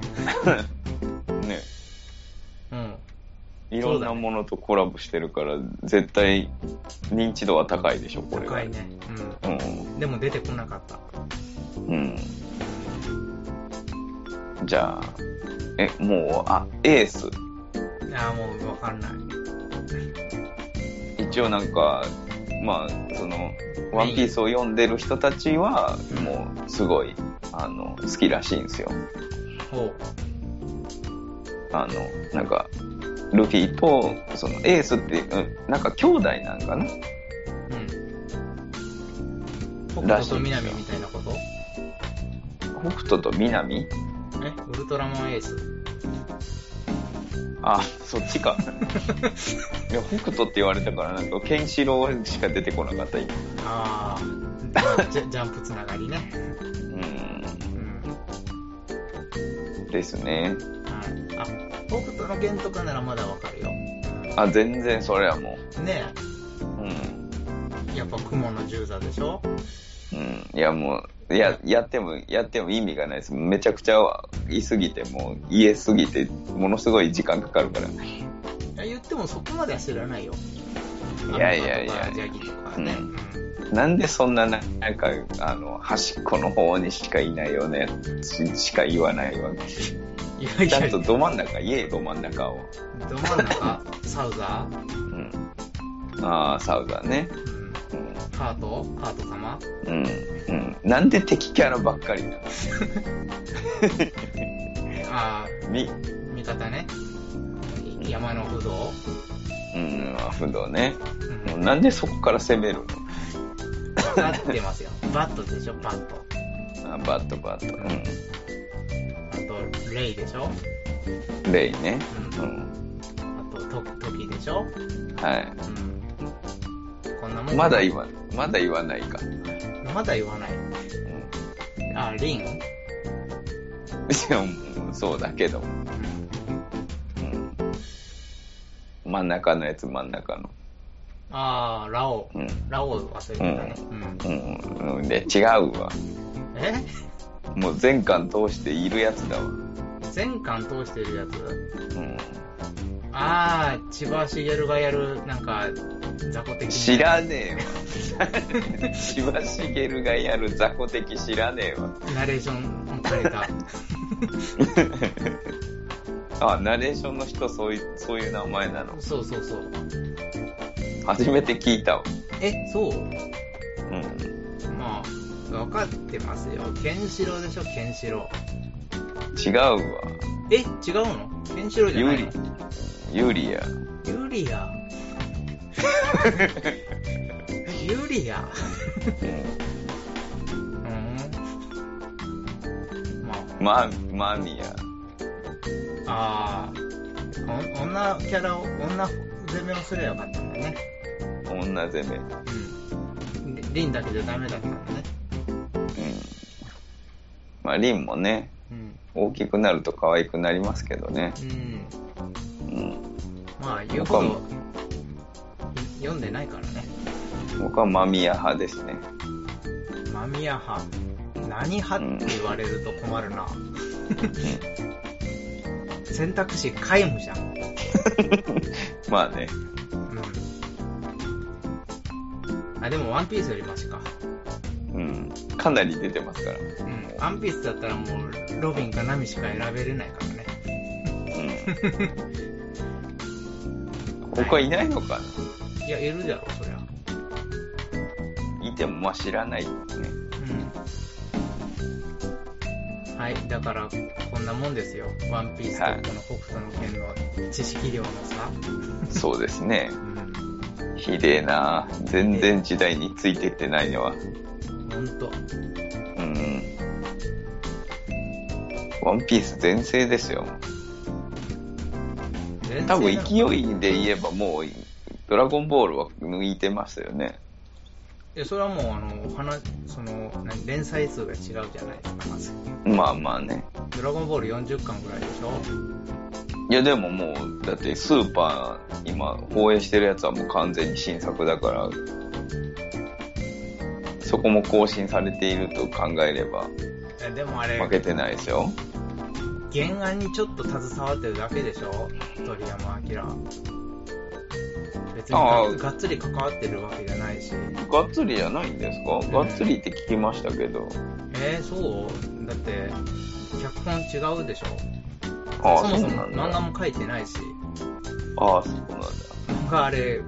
Speaker 1: うん
Speaker 2: いろんなものとコラボしてるから、絶対認知度は高いでしょこれ
Speaker 1: 高
Speaker 2: はい
Speaker 1: ね
Speaker 2: うん
Speaker 1: うんでも出てこなかった
Speaker 2: うんじゃあえもうあエース
Speaker 1: ああもう分かんない
Speaker 2: 一応なんかまあその「ワンピースを読んでる人たちはもうすごいあの好きらしいんですよ
Speaker 1: ほ
Speaker 2: あのなんかルフィとそのエースって、うん、なんか兄弟なんか
Speaker 1: うう
Speaker 2: な
Speaker 1: ん北斗と南みたいなこと
Speaker 2: 北斗と南
Speaker 1: えウルトラマンエース
Speaker 2: あ、そっち
Speaker 1: (laughs)
Speaker 2: か。いや、北斗って言われたから、なんか、ケンシロウしか出てこなかった、今。
Speaker 1: ああまあジャジャンプつながりね
Speaker 2: う
Speaker 1: うん
Speaker 2: ん。ですね。
Speaker 1: はいあ北斗の剣とかならまだ分かるよ
Speaker 2: あ、全然それはも
Speaker 1: ねえ
Speaker 2: う。うん。
Speaker 1: やっぱ雲の十座でしょ
Speaker 2: うん。いや、もう、いや、やっても、やっても意味がないです。めちゃくちゃ言いすぎて、もう、言えすぎて、ものすごい時間かかるから。
Speaker 1: いや言ってもそこまでは知らないよ。
Speaker 2: いやいやいや
Speaker 1: アルマとかジャギとかね。
Speaker 2: う
Speaker 1: うん
Speaker 2: なんでそんな、なんか、あの、端っこの方にしかいないよね、ししか言わないわけ。ち
Speaker 1: いやい
Speaker 2: ゃ
Speaker 1: や
Speaker 2: ん、とど真ん中、言え、ど真ん中を。
Speaker 1: ど真ん中、サウザー、
Speaker 2: うん。ああ、サウザーね。
Speaker 1: うん
Speaker 2: うん。
Speaker 1: ハート、ハート様。
Speaker 2: うん。うん。なんで敵キャラばっかりなの
Speaker 1: あ
Speaker 2: み、
Speaker 1: あ、味方ね。山の不動。
Speaker 2: うん、不動ね。
Speaker 1: うん
Speaker 2: もうなんでそこから攻めるの
Speaker 1: バッてますよ。バットでしょ、バット。
Speaker 2: あバットバット。
Speaker 1: あと、レイでしょ。
Speaker 2: うん。レイね。
Speaker 1: う。
Speaker 2: うんん。
Speaker 1: あと、トキトキでしょ。うん。
Speaker 2: は
Speaker 1: こんなも
Speaker 2: い。
Speaker 1: ん。
Speaker 2: まだ言わ、まだ言わないか。
Speaker 1: まだ言わない。
Speaker 2: う
Speaker 1: あ、リン。
Speaker 2: ん。いや、もう (laughs) そうだけど。うん。真ん中のやつ、真ん中の。
Speaker 1: ああ、ラオウ。
Speaker 2: うん。
Speaker 1: ラオウ忘れてたね。うん。
Speaker 2: うん。うん、で、違うわ。
Speaker 1: え
Speaker 2: もう全巻通しているやつだわ。
Speaker 1: 全巻通してるやつ
Speaker 2: うん。
Speaker 1: ああ、千葉茂がやる、なんか、雑魚的な
Speaker 2: 知らねえわ。千葉茂がやる雑魚的知らねえわ。
Speaker 1: ナレーションされた。
Speaker 2: あ、ナレーションの人、そういう、そういう名前なの。
Speaker 1: そうそうそう。
Speaker 2: 初めて聞いたわ。
Speaker 1: え、そう
Speaker 2: うん。
Speaker 1: まあ、わかってますよ。ケンシロウでしょ、ケンシロウ。
Speaker 2: 違うわ。
Speaker 1: え、違うのケンシロウじゃないの
Speaker 2: ユリア。
Speaker 1: ユリア。ユリア。
Speaker 2: うん
Speaker 1: うん。まあ、
Speaker 2: マ、マミヤ。
Speaker 1: ああ、お女キャラを、女攻めをすればよかったんだね。
Speaker 2: 女攻め。うん。
Speaker 1: うん。リリンだけじゃダメだったんだね。
Speaker 2: まあ、リンもね、
Speaker 1: うん。
Speaker 2: 大きくなると可愛くなりますけどね。
Speaker 1: うん。
Speaker 2: うん。
Speaker 1: まあ、言うこ
Speaker 2: 他
Speaker 1: と
Speaker 2: も、
Speaker 1: 読んでないからね。
Speaker 2: 僕はマミヤ派ですね。 (laughs)
Speaker 1: マミヤ派。何派って言われると困るな。選択肢皆無じゃん。
Speaker 2: まあね。
Speaker 1: うん。あ、でもワンピースよりマシか。
Speaker 2: うん。かなり出てますから。
Speaker 1: うん。ワンピースだったらもう、ロビンかナミしか選べれないからね。 (laughs)
Speaker 2: うん。他いないのか
Speaker 1: いや、いるだろ、そりゃ。
Speaker 2: ないてもまあ知らないね。
Speaker 1: うんはい、だから、こんなもんですよ。ワンピース
Speaker 2: はい
Speaker 1: とこの北斗の剣の知識量のさ。
Speaker 2: そうですね。
Speaker 1: うん。
Speaker 2: ひでえな全然時代についてってないのは。
Speaker 1: ほんと。
Speaker 2: うん。ワンピース全盛ですよ。
Speaker 1: 全然
Speaker 2: 多分勢いで言えばもう、ドラゴンボールは抜いてますよね。
Speaker 1: いや、それはもう、あの、お話、その、何連載数が違うじゃないですか、まず。
Speaker 2: まあまあね。
Speaker 1: ドラゴンボール40巻ぐらいでしょ
Speaker 2: いやでももう、だってスーパー今放映してるやつはもう完全に新作だから、そこも更新されていると考えれば
Speaker 1: いやでもあれ、
Speaker 2: 負けてないですよ。
Speaker 1: 原案にちょっと携わってるだけでしょ鳥山明。別に
Speaker 2: ああ
Speaker 1: ががっつり関わってるわけじゃないし。
Speaker 2: がっつりじゃないんですかがっつりって聞きましたけど。
Speaker 1: えー、そうだって、脚本違うでしょ
Speaker 2: ああ、
Speaker 1: そも
Speaker 2: そ
Speaker 1: そうも
Speaker 2: なんだ。
Speaker 1: 漫画も描いてないし、
Speaker 2: ああ、そうなんだ。
Speaker 1: 僕はあれ、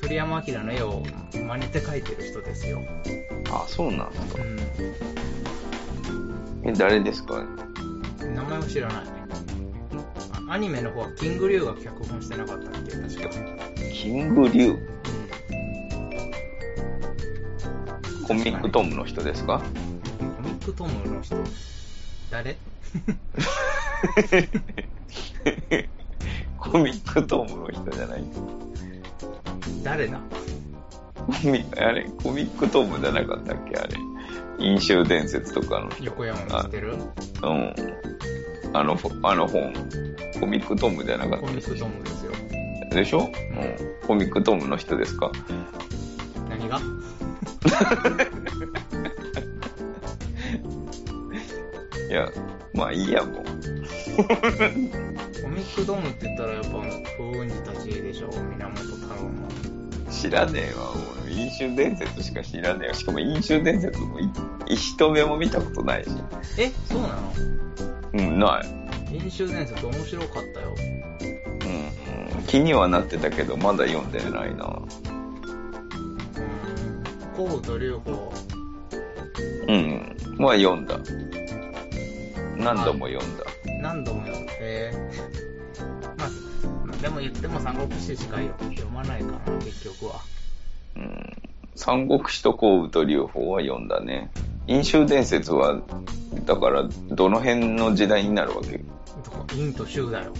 Speaker 1: 鳥山明の絵を真似て描いてる人ですよ。
Speaker 2: ああ、そうなんです
Speaker 1: う
Speaker 2: か。
Speaker 1: ん。
Speaker 2: え、誰ですか
Speaker 1: 名前は知らない。あアニメの方はキングリュウが脚本してなかったっけ確か。
Speaker 2: キングリュウ。コミックトムの人です
Speaker 1: (laughs)
Speaker 2: か
Speaker 1: うん。コミックトムの人。誰
Speaker 2: コミックトムの人じゃない。コ
Speaker 1: 誰だ
Speaker 2: ミあれコミックトムじゃなかったっけあれ。飲酒伝説とかの
Speaker 1: 横山の知ってる
Speaker 2: 人。うん。あの、あの本。コミックトムじゃなかっ
Speaker 1: コ
Speaker 2: た
Speaker 1: ミ
Speaker 2: で
Speaker 1: ックトムですよ。
Speaker 2: しょうん。コミックトムの人ですか
Speaker 1: 何が
Speaker 2: いや、まあいいや、もう。
Speaker 1: コミックドームって言ったらやっぱもう風雲児たちでしょ源太郎の
Speaker 2: 知らねえわ、俺。飲酒伝説しか知らねえよ。しかも飲酒伝説もい一目も見たことないし。
Speaker 1: えそうなの
Speaker 2: うん、ない。
Speaker 1: 飲酒伝説面白かったよ
Speaker 2: うん、うん。気にはなってたけど、まだ読んでないな。
Speaker 1: うん河本龍子
Speaker 2: うん。まあ読んだ。何度も読んだ。
Speaker 1: 何度も読んでまあまあでも言っても三国志しか読まないからな結局は
Speaker 2: うん。三国志と甲武と劉邦は読んだね。飲酒伝説は、だから、どの辺の時代になるわけ
Speaker 1: とか陰と衆だよ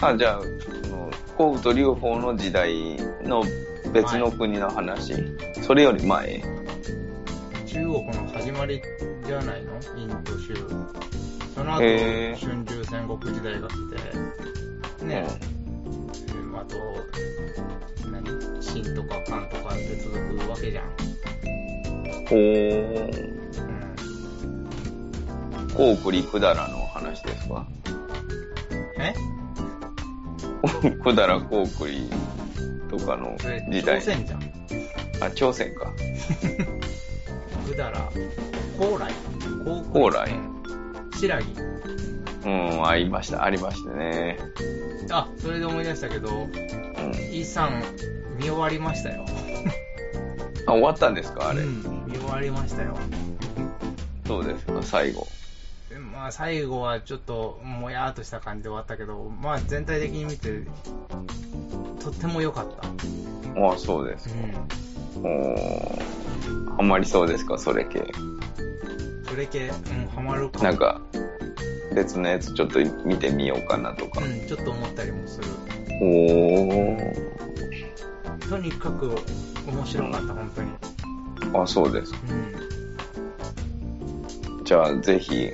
Speaker 2: あ、じゃあ、その、甲武と劉邦の時代の別の国の話。それより前。
Speaker 1: 中国の始まりじゃないの陰と衆その後
Speaker 2: へー
Speaker 1: 春秋戦国時代が来てね、あと何秦とか漢とかって続くわけじゃん、
Speaker 2: ほー。
Speaker 1: うん、
Speaker 2: 甲武リくだらの話ですか (laughs)
Speaker 1: え
Speaker 2: くだら甲武リとかの
Speaker 1: それ
Speaker 2: 時
Speaker 1: 朝
Speaker 2: 代。
Speaker 1: 鮮じゃん
Speaker 2: あ、朝鮮か。
Speaker 1: くだら高麗高
Speaker 2: 高麗
Speaker 1: 新羅
Speaker 2: うん、ありました、ありましたね。
Speaker 1: あそれで思い出したけど
Speaker 2: うん。
Speaker 1: イさん見終わりましたよ
Speaker 2: あ、終わったんですかあれ。
Speaker 1: うん見終わりましたよ
Speaker 2: どうですか最後。
Speaker 1: でまあ最後はちょっともやーっとした感じで終わったけどまあ全体的に見てとっても良かった
Speaker 2: ああ、そうですか。
Speaker 1: う
Speaker 2: おー。ハマりそうですかそれ系。
Speaker 1: んそれ系うんハマるかも
Speaker 2: なんか、別のやつちょっと見てみようかなとか。
Speaker 1: うんちょっと思ったりもする
Speaker 2: お
Speaker 1: とにかく面白かった本当に
Speaker 2: ー。あ、そうですか。
Speaker 1: うん
Speaker 2: じゃあ、ぜひ、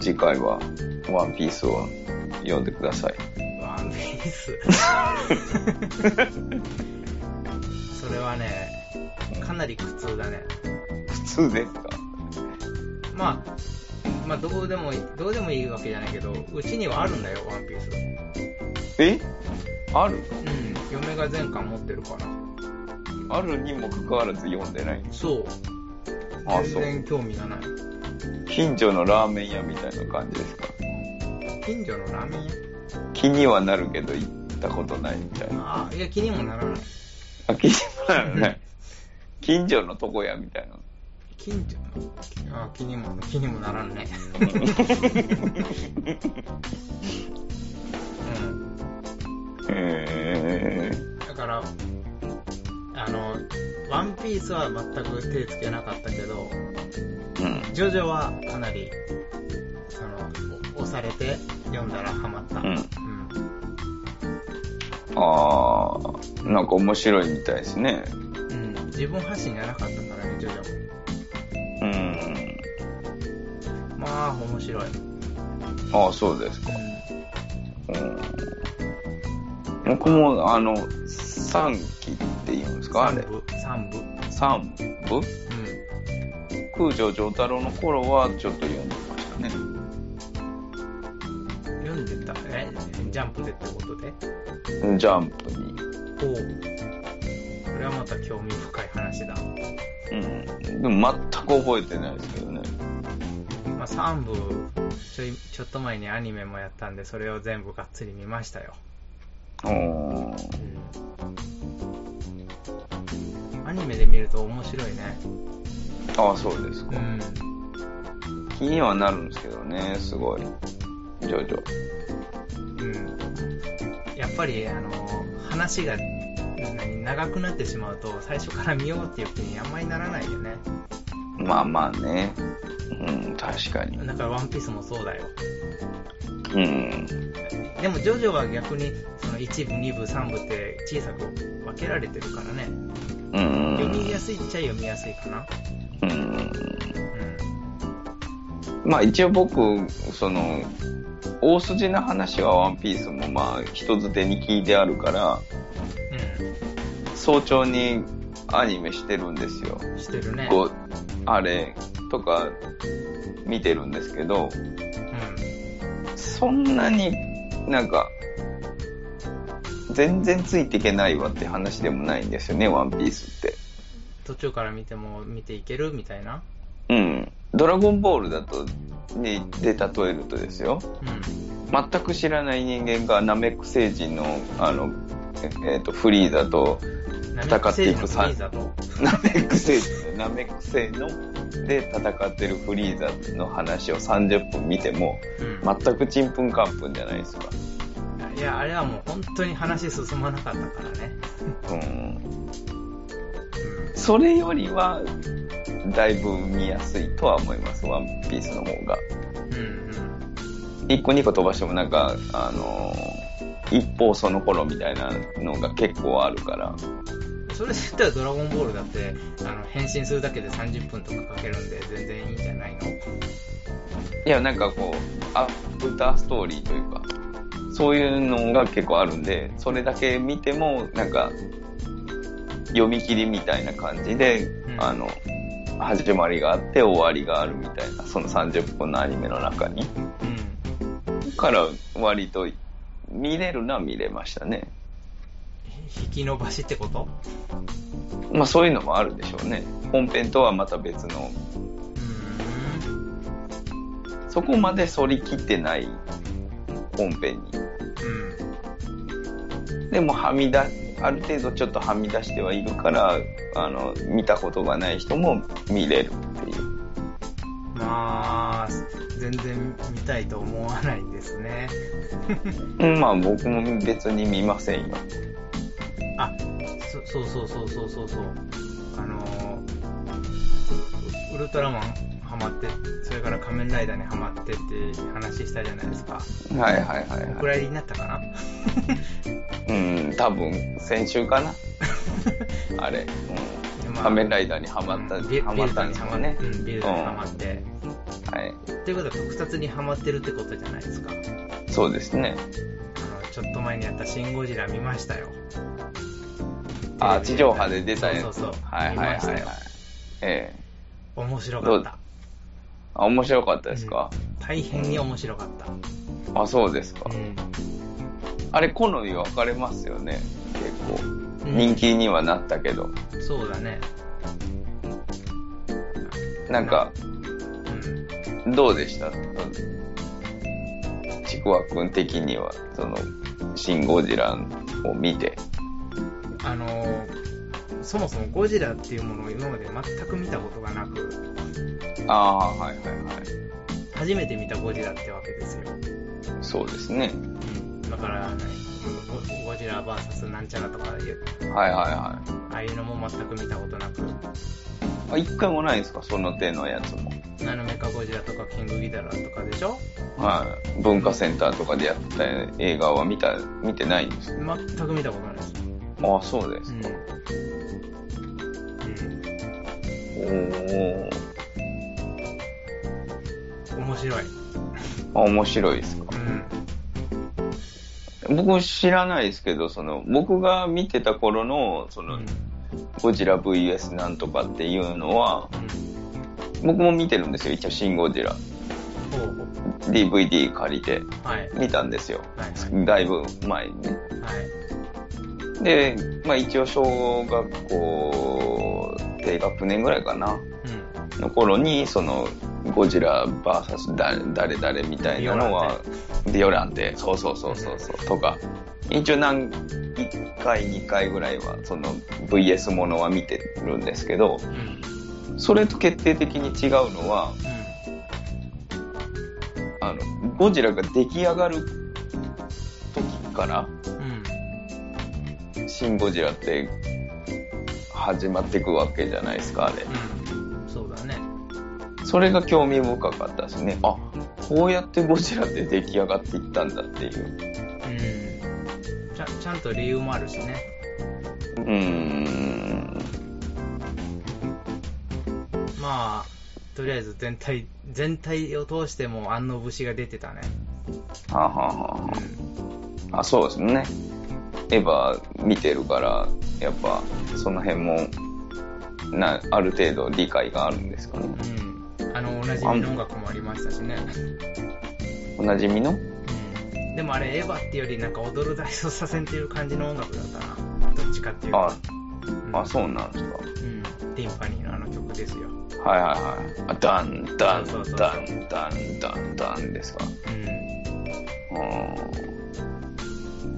Speaker 2: 次回は、ワンピースを読んでください。
Speaker 1: ワンピースそれはねかなり苦痛だね
Speaker 2: 普通ですか
Speaker 1: まあまあどうでもいいどうでもいいわけじゃないけどうちにはあるんだよワンピース
Speaker 2: えある
Speaker 1: うん嫁が全巻持ってるから
Speaker 2: あるにもかかわらず読んでない。
Speaker 1: そう
Speaker 2: あ
Speaker 1: 全然興味がない
Speaker 2: 近所のラーメン屋みたいな感じですか
Speaker 1: 近所のラーメン屋
Speaker 2: 気にはなるけど行ったことないみたいな。
Speaker 1: ああいや気にもならない
Speaker 2: あ、気にはなるね。近所の床屋みたいな。
Speaker 1: 近所のあ気にも気にもならんねうん
Speaker 2: へ
Speaker 1: だからあの「ワンピースは全く手つけなかったけど
Speaker 2: ー。う
Speaker 1: 「
Speaker 2: ん。
Speaker 1: ジョジョ」はかなりそのお押されて読んだらハマった、
Speaker 2: うん
Speaker 1: う
Speaker 2: あー、なんか面白いみたいですね。
Speaker 1: んうん自分発信がなかったからね「ジョジョ
Speaker 2: うん。」
Speaker 1: まあ面白い、うん
Speaker 2: あー、そうですか。うん。僕も、あの、三期って言うんですかあれ
Speaker 1: 三。部三部
Speaker 2: 三部
Speaker 1: う
Speaker 2: 空城城太郎の頃はちょっと読んでましたね。
Speaker 1: ん読んでたえジャンプでってことで
Speaker 2: ジャンプに。
Speaker 1: おうこれはまた興味深い話だ、
Speaker 2: うん。でも全く覚えてないですけどね。
Speaker 1: まあ、3部ちょいちょっと前にアニメもやったんでそれを全部がっつり見ましたよ、
Speaker 2: お
Speaker 1: アニメで見ると面白いね
Speaker 2: ああ、そうですか
Speaker 1: う。ん
Speaker 2: 気にはなるんですけどね、すごい。ジョジョ。
Speaker 1: うんやっぱりあの話が何長くなってしまうと最初から見ようっていう気にあんまりならないよね
Speaker 2: まあまあね。うん、確かに。
Speaker 1: だから「ワンピースもそうだよ
Speaker 2: うん。
Speaker 1: でもジョジョは逆にその1部2部3部って小さく分けられてるからね
Speaker 2: うんうん
Speaker 1: 読みやすいっちゃ読みやすいかな
Speaker 2: うん。うん。
Speaker 1: う
Speaker 2: まあ一応僕、その、大筋の話はワンピースもまあ人づてに聞いてあるか
Speaker 1: んう
Speaker 2: ら、
Speaker 1: ん
Speaker 2: 早朝にアニメしてるんですよ。
Speaker 1: してるね。
Speaker 2: こう、あれとか見てるんですけど、
Speaker 1: う
Speaker 2: そんなになんか、全然ついていけないわって話でもないんですよね、ワンピースって。
Speaker 1: ん。途中から見ても見ていけるみたいな。
Speaker 2: うん。ドラゴンボールだと、に、で例えるとですよ。
Speaker 1: うん。
Speaker 2: 全く知らない人間がナメック星人の、あの、ええっ、と、フリーザと、 (laughs) 戦っていく
Speaker 1: サ
Speaker 2: さ
Speaker 1: イズだと。
Speaker 2: ナメック星人の、ナメック星の、で戦ってるフリーザの話を30分見ても、
Speaker 1: うん。
Speaker 2: 全くちんぷんかんぷんじゃないですか。
Speaker 1: いや、あれはもう本当に話進まなかったからね。
Speaker 2: うん。それよりは、だいぶ見やすいとは思います、ワンピースの方が。
Speaker 1: うん。うん
Speaker 2: 一個二個飛ばしてもなんか、あのー一方その頃みたいなのが結構あるから。
Speaker 1: うん。それで言ったらドラゴンボールだって、あの、変身するだけで30分とかかけるんで全然いいんじゃないの
Speaker 2: いや、なんかこう、アフターストーリーというか、そういうのが結構あるんで、それだけ見ても、なんか、読み切りみたいな感じで、
Speaker 1: ん
Speaker 2: あの、始まりがあって終わりがあるみたいな、その30分のアニメの中に。
Speaker 1: うん。
Speaker 2: から割と見れるのは見れましたね。
Speaker 1: 引き伸ばしってこと
Speaker 2: まあそういうのもあるでしょうね。本編とはまた別の、
Speaker 1: うーん。
Speaker 2: そこまで反り切ってない本編に。
Speaker 1: う
Speaker 2: でもはみ出、ある程度ちょっとはみ出してはいるから、あの、見たことがない人も見れるっていう。
Speaker 1: ん。まあ、全然見たいと思わないんですね。
Speaker 2: うんまあ僕も別に見ませんよ。
Speaker 1: あ、そ、そうそうそうそうそうそう。あのーウウルトラマンハマって、それから仮面ライダーにハマってって話したじゃないですか。
Speaker 2: はいはいはい、
Speaker 1: お蔵
Speaker 2: は
Speaker 1: 入りになったかな
Speaker 2: い。うん、多分先週
Speaker 1: (laughs)
Speaker 2: かな。あれ。うん。
Speaker 1: まあ
Speaker 2: 仮面ライダーにハマった、
Speaker 1: ビ
Speaker 2: ハマったんですかね
Speaker 1: ビ。ルドにハマってうん、ビルドにハマって。
Speaker 2: はい。
Speaker 1: っていうことは特撮にハマってるってことじゃないですか。あ
Speaker 2: そうです
Speaker 1: の、
Speaker 2: ね。
Speaker 1: ちょっと前にやったシンゴジラ見ましたよ。
Speaker 2: あ、
Speaker 1: テ
Speaker 2: 地
Speaker 1: レビ
Speaker 2: 上波で出たやつ。
Speaker 1: そうそうそう
Speaker 2: はいはいはい、は
Speaker 1: 見
Speaker 2: い
Speaker 1: まし。
Speaker 2: ええ
Speaker 1: 面白かっ
Speaker 2: ど
Speaker 1: た。
Speaker 2: あ、面白かったですか、
Speaker 1: 大変に面白かった。
Speaker 2: あ、そうですか。
Speaker 1: う
Speaker 2: あれ、好み分かれますよね。結構。
Speaker 1: ん。
Speaker 2: 人気にはなったけど。
Speaker 1: うんそうだね。
Speaker 2: なんか、
Speaker 1: うん。
Speaker 2: どうでしたちくわくん的には、その、シン・ゴジラを見て。
Speaker 1: あのーそもそもゴジラっていうものを今まで全く見たことがなく、
Speaker 2: ああー、はいはいはい。
Speaker 1: 初めて見たゴジラってわけですよ。
Speaker 2: そうですね。
Speaker 1: うん。だから、ね、ゴゴジラ VS なんちゃらとかいう、
Speaker 2: はいはいは
Speaker 1: ああいうのも全く見たことなく、
Speaker 2: い。あ、一回もないですかその手のやつも。
Speaker 1: ナノメカゴジラとかキングギドラとかでしょ
Speaker 2: はい。文化センターとかでやってた映画は見た、見てないんです。
Speaker 1: 全く見たことないです。
Speaker 2: ああ、そうです
Speaker 1: う
Speaker 2: か。
Speaker 1: ん。
Speaker 2: おー
Speaker 1: うん。面白い。
Speaker 2: あ面白いですか。
Speaker 1: うん。
Speaker 2: 僕知らないですけど、その、僕が見てた頃の、その、ゴジラ VS なんとかっていうのは、
Speaker 1: うん
Speaker 2: 僕も見てるんですよ。一応、シン・ゴジラ。
Speaker 1: ほうほう。
Speaker 2: DVD 借りて
Speaker 1: はい。
Speaker 2: 見たんですよ。
Speaker 1: はい
Speaker 2: だいぶ前にね。
Speaker 1: はい。
Speaker 2: で、まあ一応、小学校低学年ぐらいかな。
Speaker 1: うん。
Speaker 2: の頃に、その、ゴジラ VS だ誰誰みたいなのは、ディオランテ、そうそうそうそうそう、とか、一応何、1回、2回ぐらいは、その VS ものは見てるんですけど、
Speaker 1: うん。
Speaker 2: それと決定的に違うのは、
Speaker 1: う
Speaker 2: あの、ゴジラが出来上がる時から、
Speaker 1: ん。うん。
Speaker 2: 新ゴジラって始まっていくわけじゃないですか、あれ。
Speaker 1: うん。そうだね。
Speaker 2: それが興味深かったですね。あ、こうやってゴジラって出来上がっていったんだっていう。
Speaker 1: うん。ちゃちゃんと理由もあるしね。
Speaker 2: うーん。
Speaker 1: まあ、とりあえず全体、全体を通しても安の節が出てたね。
Speaker 2: はあ、はあはあはあ、あ、そうですね。エヴァ見てるから、やっぱ、その辺もなある程度理解があるんですかね
Speaker 1: うん。あの、おなじみの音楽もありましたしね。
Speaker 2: おなじみの
Speaker 1: うんでもあれ、エヴァっていうよりなんか踊る大捜査線っていう感じの音楽だったな。どっちかっていうと。
Speaker 2: あ
Speaker 1: うん
Speaker 2: あそうなんですか
Speaker 1: うん。ティンパニーのあの曲ですよ。
Speaker 2: はいはいはい。ダン、ダン
Speaker 1: そうそうそ、う
Speaker 2: ダン、ダン、ダン、ダンですか。
Speaker 1: うん。
Speaker 2: うーん。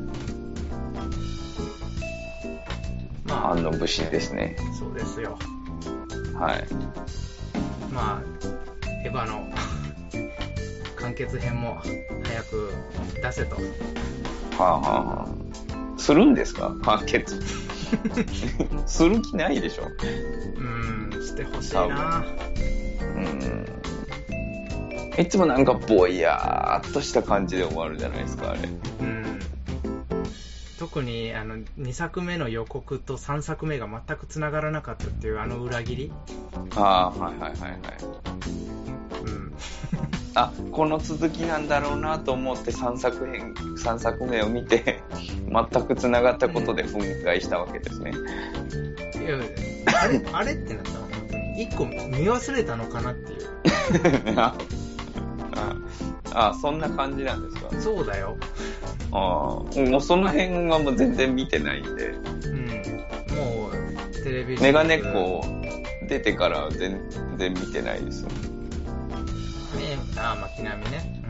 Speaker 1: ま
Speaker 2: 反応武士ですね。
Speaker 1: あ、そうですよ。
Speaker 2: はい。
Speaker 1: まあ、エヴァの (laughs) 完結編も早く出せと。
Speaker 2: はあ、はあはあ、するんですか判決。 (laughs) する気ないでしょ。
Speaker 1: うん、してほしいな。
Speaker 2: うん。いつもなんかぼやーっとした感じで終わるじゃないですか、あれ。
Speaker 1: うん。特にあの2作目の予告と3作目が全く繋がらなかったっていうあの裏切り、
Speaker 2: ああ、はいはいはいはい。
Speaker 1: うん、
Speaker 2: あ、この続きなんだろうなと思って3作編、三作目を見て、 (laughs) 全く繋がったことで憤慨したわけですね。 (laughs)
Speaker 1: いやあれあれってなったの本当に1個見忘れたのかなっていう
Speaker 2: ああ、そんな感じなんですか。
Speaker 1: そうだよ
Speaker 2: ああ、もうその辺はもう全然見てないんで、
Speaker 1: うんもうテレビ
Speaker 2: メガネっ子出てから全然見てないです。
Speaker 1: ねああ巻波ね、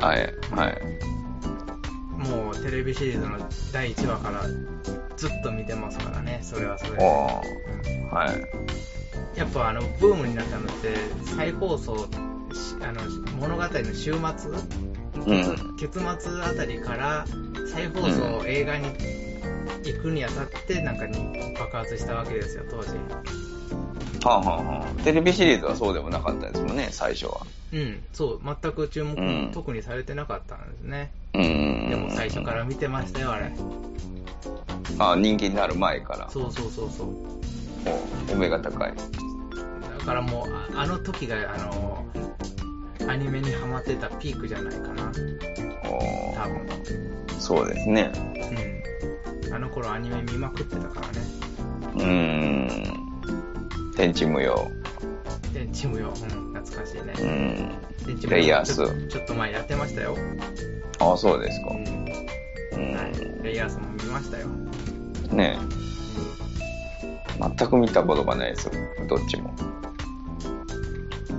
Speaker 2: はい、はい。
Speaker 1: うん、もうテレビシリーズの第1話からずっと見てますからねそれはそれ
Speaker 2: あ
Speaker 1: で
Speaker 2: あ、はい。
Speaker 1: やっぱあのブームになったのって再放送しあの物語の週末
Speaker 2: うん、
Speaker 1: 結末あたりから再放送映画に行くにあたってなんかに爆発したわけですよ当時
Speaker 2: はあ、はあはあ、テレビシリーズはそうでもなかったですもんね、最初は。
Speaker 1: うんそう全く注目、
Speaker 2: うん
Speaker 1: 特にされてなかったんですね
Speaker 2: うん。
Speaker 1: でも最初から見てましたよあれ
Speaker 2: ああ、人気になる前から。
Speaker 1: そうそうそうそう
Speaker 2: おお目が高い。
Speaker 1: だからもうああの時があのアニメにハマってたピークじゃないかな
Speaker 2: お
Speaker 1: 多分
Speaker 2: そうですね。
Speaker 1: うんあの頃アニメ見まくってたからね
Speaker 2: うん。天地無用。
Speaker 1: でチームよ、うん、懐かしいね
Speaker 2: うん。
Speaker 1: でチームよ
Speaker 2: レイヤー
Speaker 1: ちょ
Speaker 2: ス。
Speaker 1: ちょっと前やってましたよ、
Speaker 2: ああ、そうですか
Speaker 1: う。ん
Speaker 2: うん。
Speaker 1: はい、レイヤースも見ましたよ。
Speaker 2: ねえ全く見たことがないですよどっちも、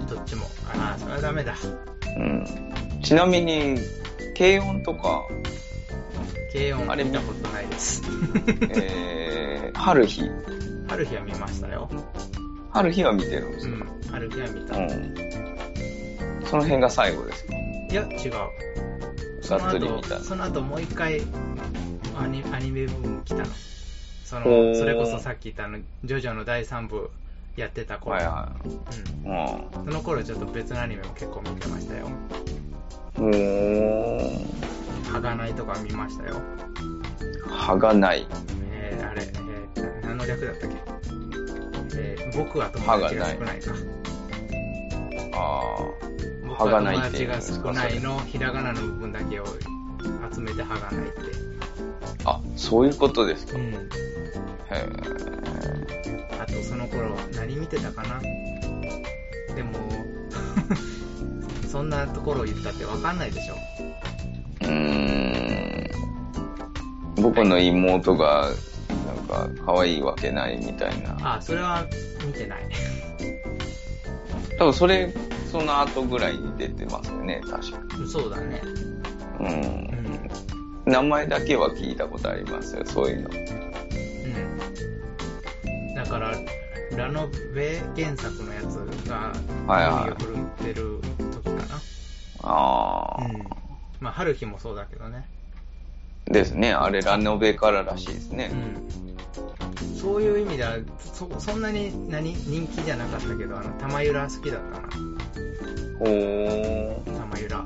Speaker 1: どっちも。ああ、それはダメだ。
Speaker 2: うん、ちなみに軽音とか、
Speaker 1: 軽音
Speaker 2: あれ
Speaker 1: 見たことない
Speaker 2: (laughs)
Speaker 1: です。
Speaker 2: えー、春日
Speaker 1: 春日は見ましたよ。
Speaker 2: 春日は見てるんで
Speaker 1: う
Speaker 2: すよ、
Speaker 1: ん、春日は見た。
Speaker 2: う
Speaker 1: い
Speaker 2: ん、その辺が最後です
Speaker 1: や、違う。その
Speaker 2: かがっつり見
Speaker 1: 後、
Speaker 2: た
Speaker 1: その後もう一回アニアニメ部分来たの。その
Speaker 2: おー
Speaker 1: それこそさっき言ったあの、ジョジョの第3部やってた頃、
Speaker 2: はいは
Speaker 1: う
Speaker 2: いうん
Speaker 1: ん、その頃ちょっと別のアニメも結構見てましたよ。
Speaker 2: ほー
Speaker 1: 鋼とか見ましたよ。
Speaker 2: 歯がない
Speaker 1: えー、あれ、えー、何の略だったっけえー、僕は友達が少ないか。
Speaker 2: あ
Speaker 1: 僕は友達が少ないのひらがなの部分だけを集めてはがないって、
Speaker 2: ーあそういうことですか
Speaker 1: うん、
Speaker 2: へー
Speaker 1: あとその頃何見てたかなでも (laughs) そんなところを言ったって分かんないでしょ
Speaker 2: うーん僕の妹がなんか可愛いわけないみたいな
Speaker 1: あそれは見てない
Speaker 2: 多分それ、その後ぐらいに出てますよね、確か。
Speaker 1: そうだね
Speaker 2: う。
Speaker 1: うんん
Speaker 2: 名前だけは聞いたことありますよ、そういうの。
Speaker 1: うんだからラノベ原作のやつが
Speaker 2: はいはい
Speaker 1: 海を振るってる時か
Speaker 2: あ
Speaker 1: な、
Speaker 2: あ、
Speaker 1: うん、まあ春日もそうだけどね
Speaker 2: ですね、あれラノベかららしいですね。
Speaker 1: うんそういう意味ではそそんなに何人気じゃなかったけどあの玉ゆら好きだったな
Speaker 2: ほー。
Speaker 1: 玉ゆら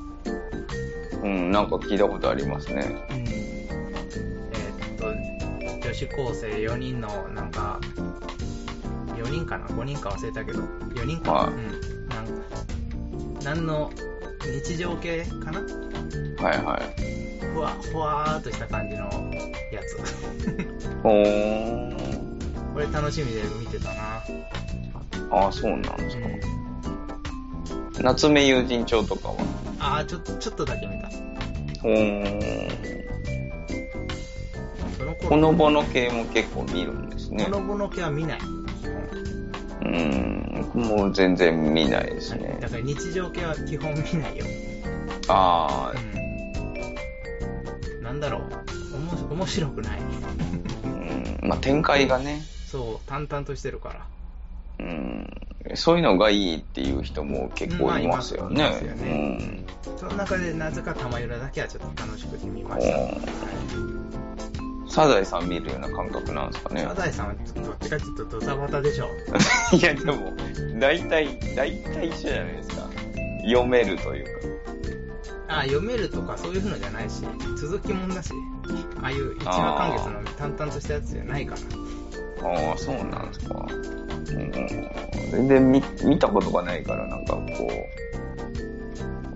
Speaker 2: うん、なんか聞いたことありますね。
Speaker 1: うんえーっと女子高生4人のなんか4人かな5人か忘れたけど4人かな、
Speaker 2: はい
Speaker 1: うんなんなんの日常系かな
Speaker 2: はいはい。
Speaker 1: ふわふわーっとした感じのやつ
Speaker 2: ほー。
Speaker 1: (laughs) これ楽しみで見てたな。
Speaker 2: ああ、そうなんですか。
Speaker 1: うん
Speaker 2: 夏目友人帳とかは。
Speaker 1: ああ、ちょっと、ちょっとだけ見た。
Speaker 2: ほーん。
Speaker 1: その頃
Speaker 2: ほのぼの系も結構見るんですね
Speaker 1: ほ。のぼの系は見ない。
Speaker 2: うーん。もう全然見ないですね
Speaker 1: だ。から日常系は基本見ないよ。
Speaker 2: あ
Speaker 1: う
Speaker 2: あ、
Speaker 1: んなんだろう。おもし面白くない。
Speaker 2: うん。まあ展開がね。
Speaker 1: そう、淡々としてるから。
Speaker 2: うん。そういうのがいいっていう人も結構いますよね。
Speaker 1: まあいますよね
Speaker 2: うん
Speaker 1: その中でなぜか玉浦だけはちょっと楽しくて見ました。
Speaker 2: お
Speaker 1: はい
Speaker 2: サザエさん見るような感覚なんですかね
Speaker 1: サ。ザエさんはどっちかちょっとドタバタでしょ。
Speaker 2: いや、でも、大体、大体一緒じゃないですか。読めるという
Speaker 1: ああ、読めるとかそういうのじゃないし、続きもんだし、ああいう一話完結の淡々としたやつじゃないから。
Speaker 2: か。ああ、そうなんですか。うん、全然見見たことがないから、なんかこ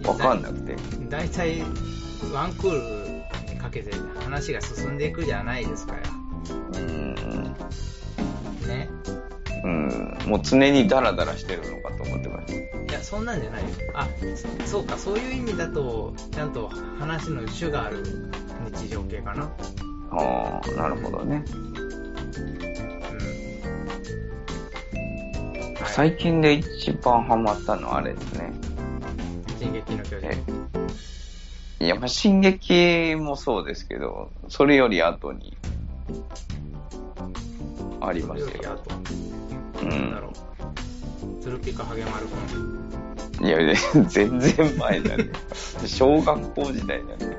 Speaker 2: う、わかんなくて。
Speaker 1: 大体、ワンクールにかけて話が進んでいくじゃないですから。
Speaker 2: うん、
Speaker 1: ね。
Speaker 2: うん、もう常にダラダラしてるのかと思ってまし
Speaker 1: いや、そんなんじゃないよ。あ、そうか、そういう意味だと、ちゃんと話の主がある日常系かな。
Speaker 2: た。ああ、なるほどね。
Speaker 1: うん。はい。
Speaker 2: 最近で一番ハマったのはあれですね。
Speaker 1: 進撃の巨人。
Speaker 2: えいや、まあ、進撃もそうですけど、それより後に、ありま
Speaker 1: よ
Speaker 2: す
Speaker 1: りあ
Speaker 2: よ。
Speaker 1: と、
Speaker 2: う
Speaker 1: なんだ
Speaker 2: ん。
Speaker 1: ろう。鶴ピカハゲマルくん。
Speaker 2: いや、 (laughs) 全然前だね。小学校時代だね。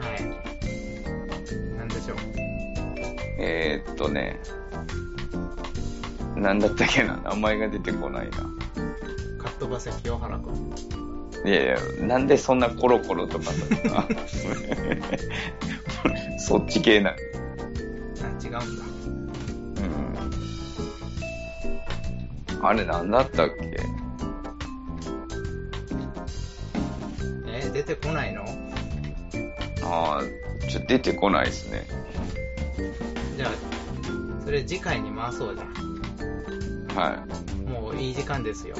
Speaker 1: はい。なんでしょう。
Speaker 2: えー、っとね、なんだったっけな、名前が出てこないな。
Speaker 1: カットバセ清原くん。
Speaker 2: いやいや、なんでそんなコロコロとかさ、 (laughs) そっち系な
Speaker 1: あ、
Speaker 2: の。
Speaker 1: 違うん
Speaker 2: うんあれなんだったっけ
Speaker 1: だ。えー出てこないの
Speaker 2: ああ、ちょっと出てこないですね。
Speaker 1: じゃあ、それ次回に回そうじゃん。
Speaker 2: はい。
Speaker 1: もういい時間ですよ。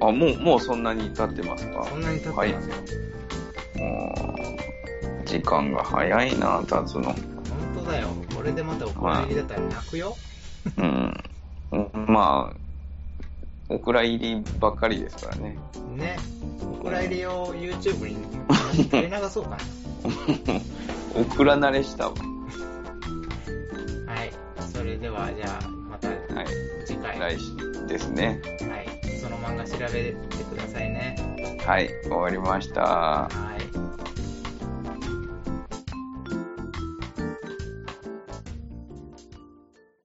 Speaker 2: あ、もう、もうそんなに経ってますか
Speaker 1: そんなに経ってますよ。
Speaker 2: はい。もう、時間が早いな、経つの。
Speaker 1: 本当だよ。これでまたお蔵入りだったら泣くよ。
Speaker 2: うん。まあ、お蔵入りばっかりですからね。 (laughs)
Speaker 1: ね。お蔵入りを YouTube に (laughs) 垂れ流そうか
Speaker 2: お蔵慣れしたわ。
Speaker 1: な。はい。それでは、じゃあ、また
Speaker 2: はい。
Speaker 1: 次回。はい。
Speaker 2: 来週ですね。
Speaker 1: その漫画調べてくださいね。
Speaker 2: はい、終わりました。
Speaker 1: はい。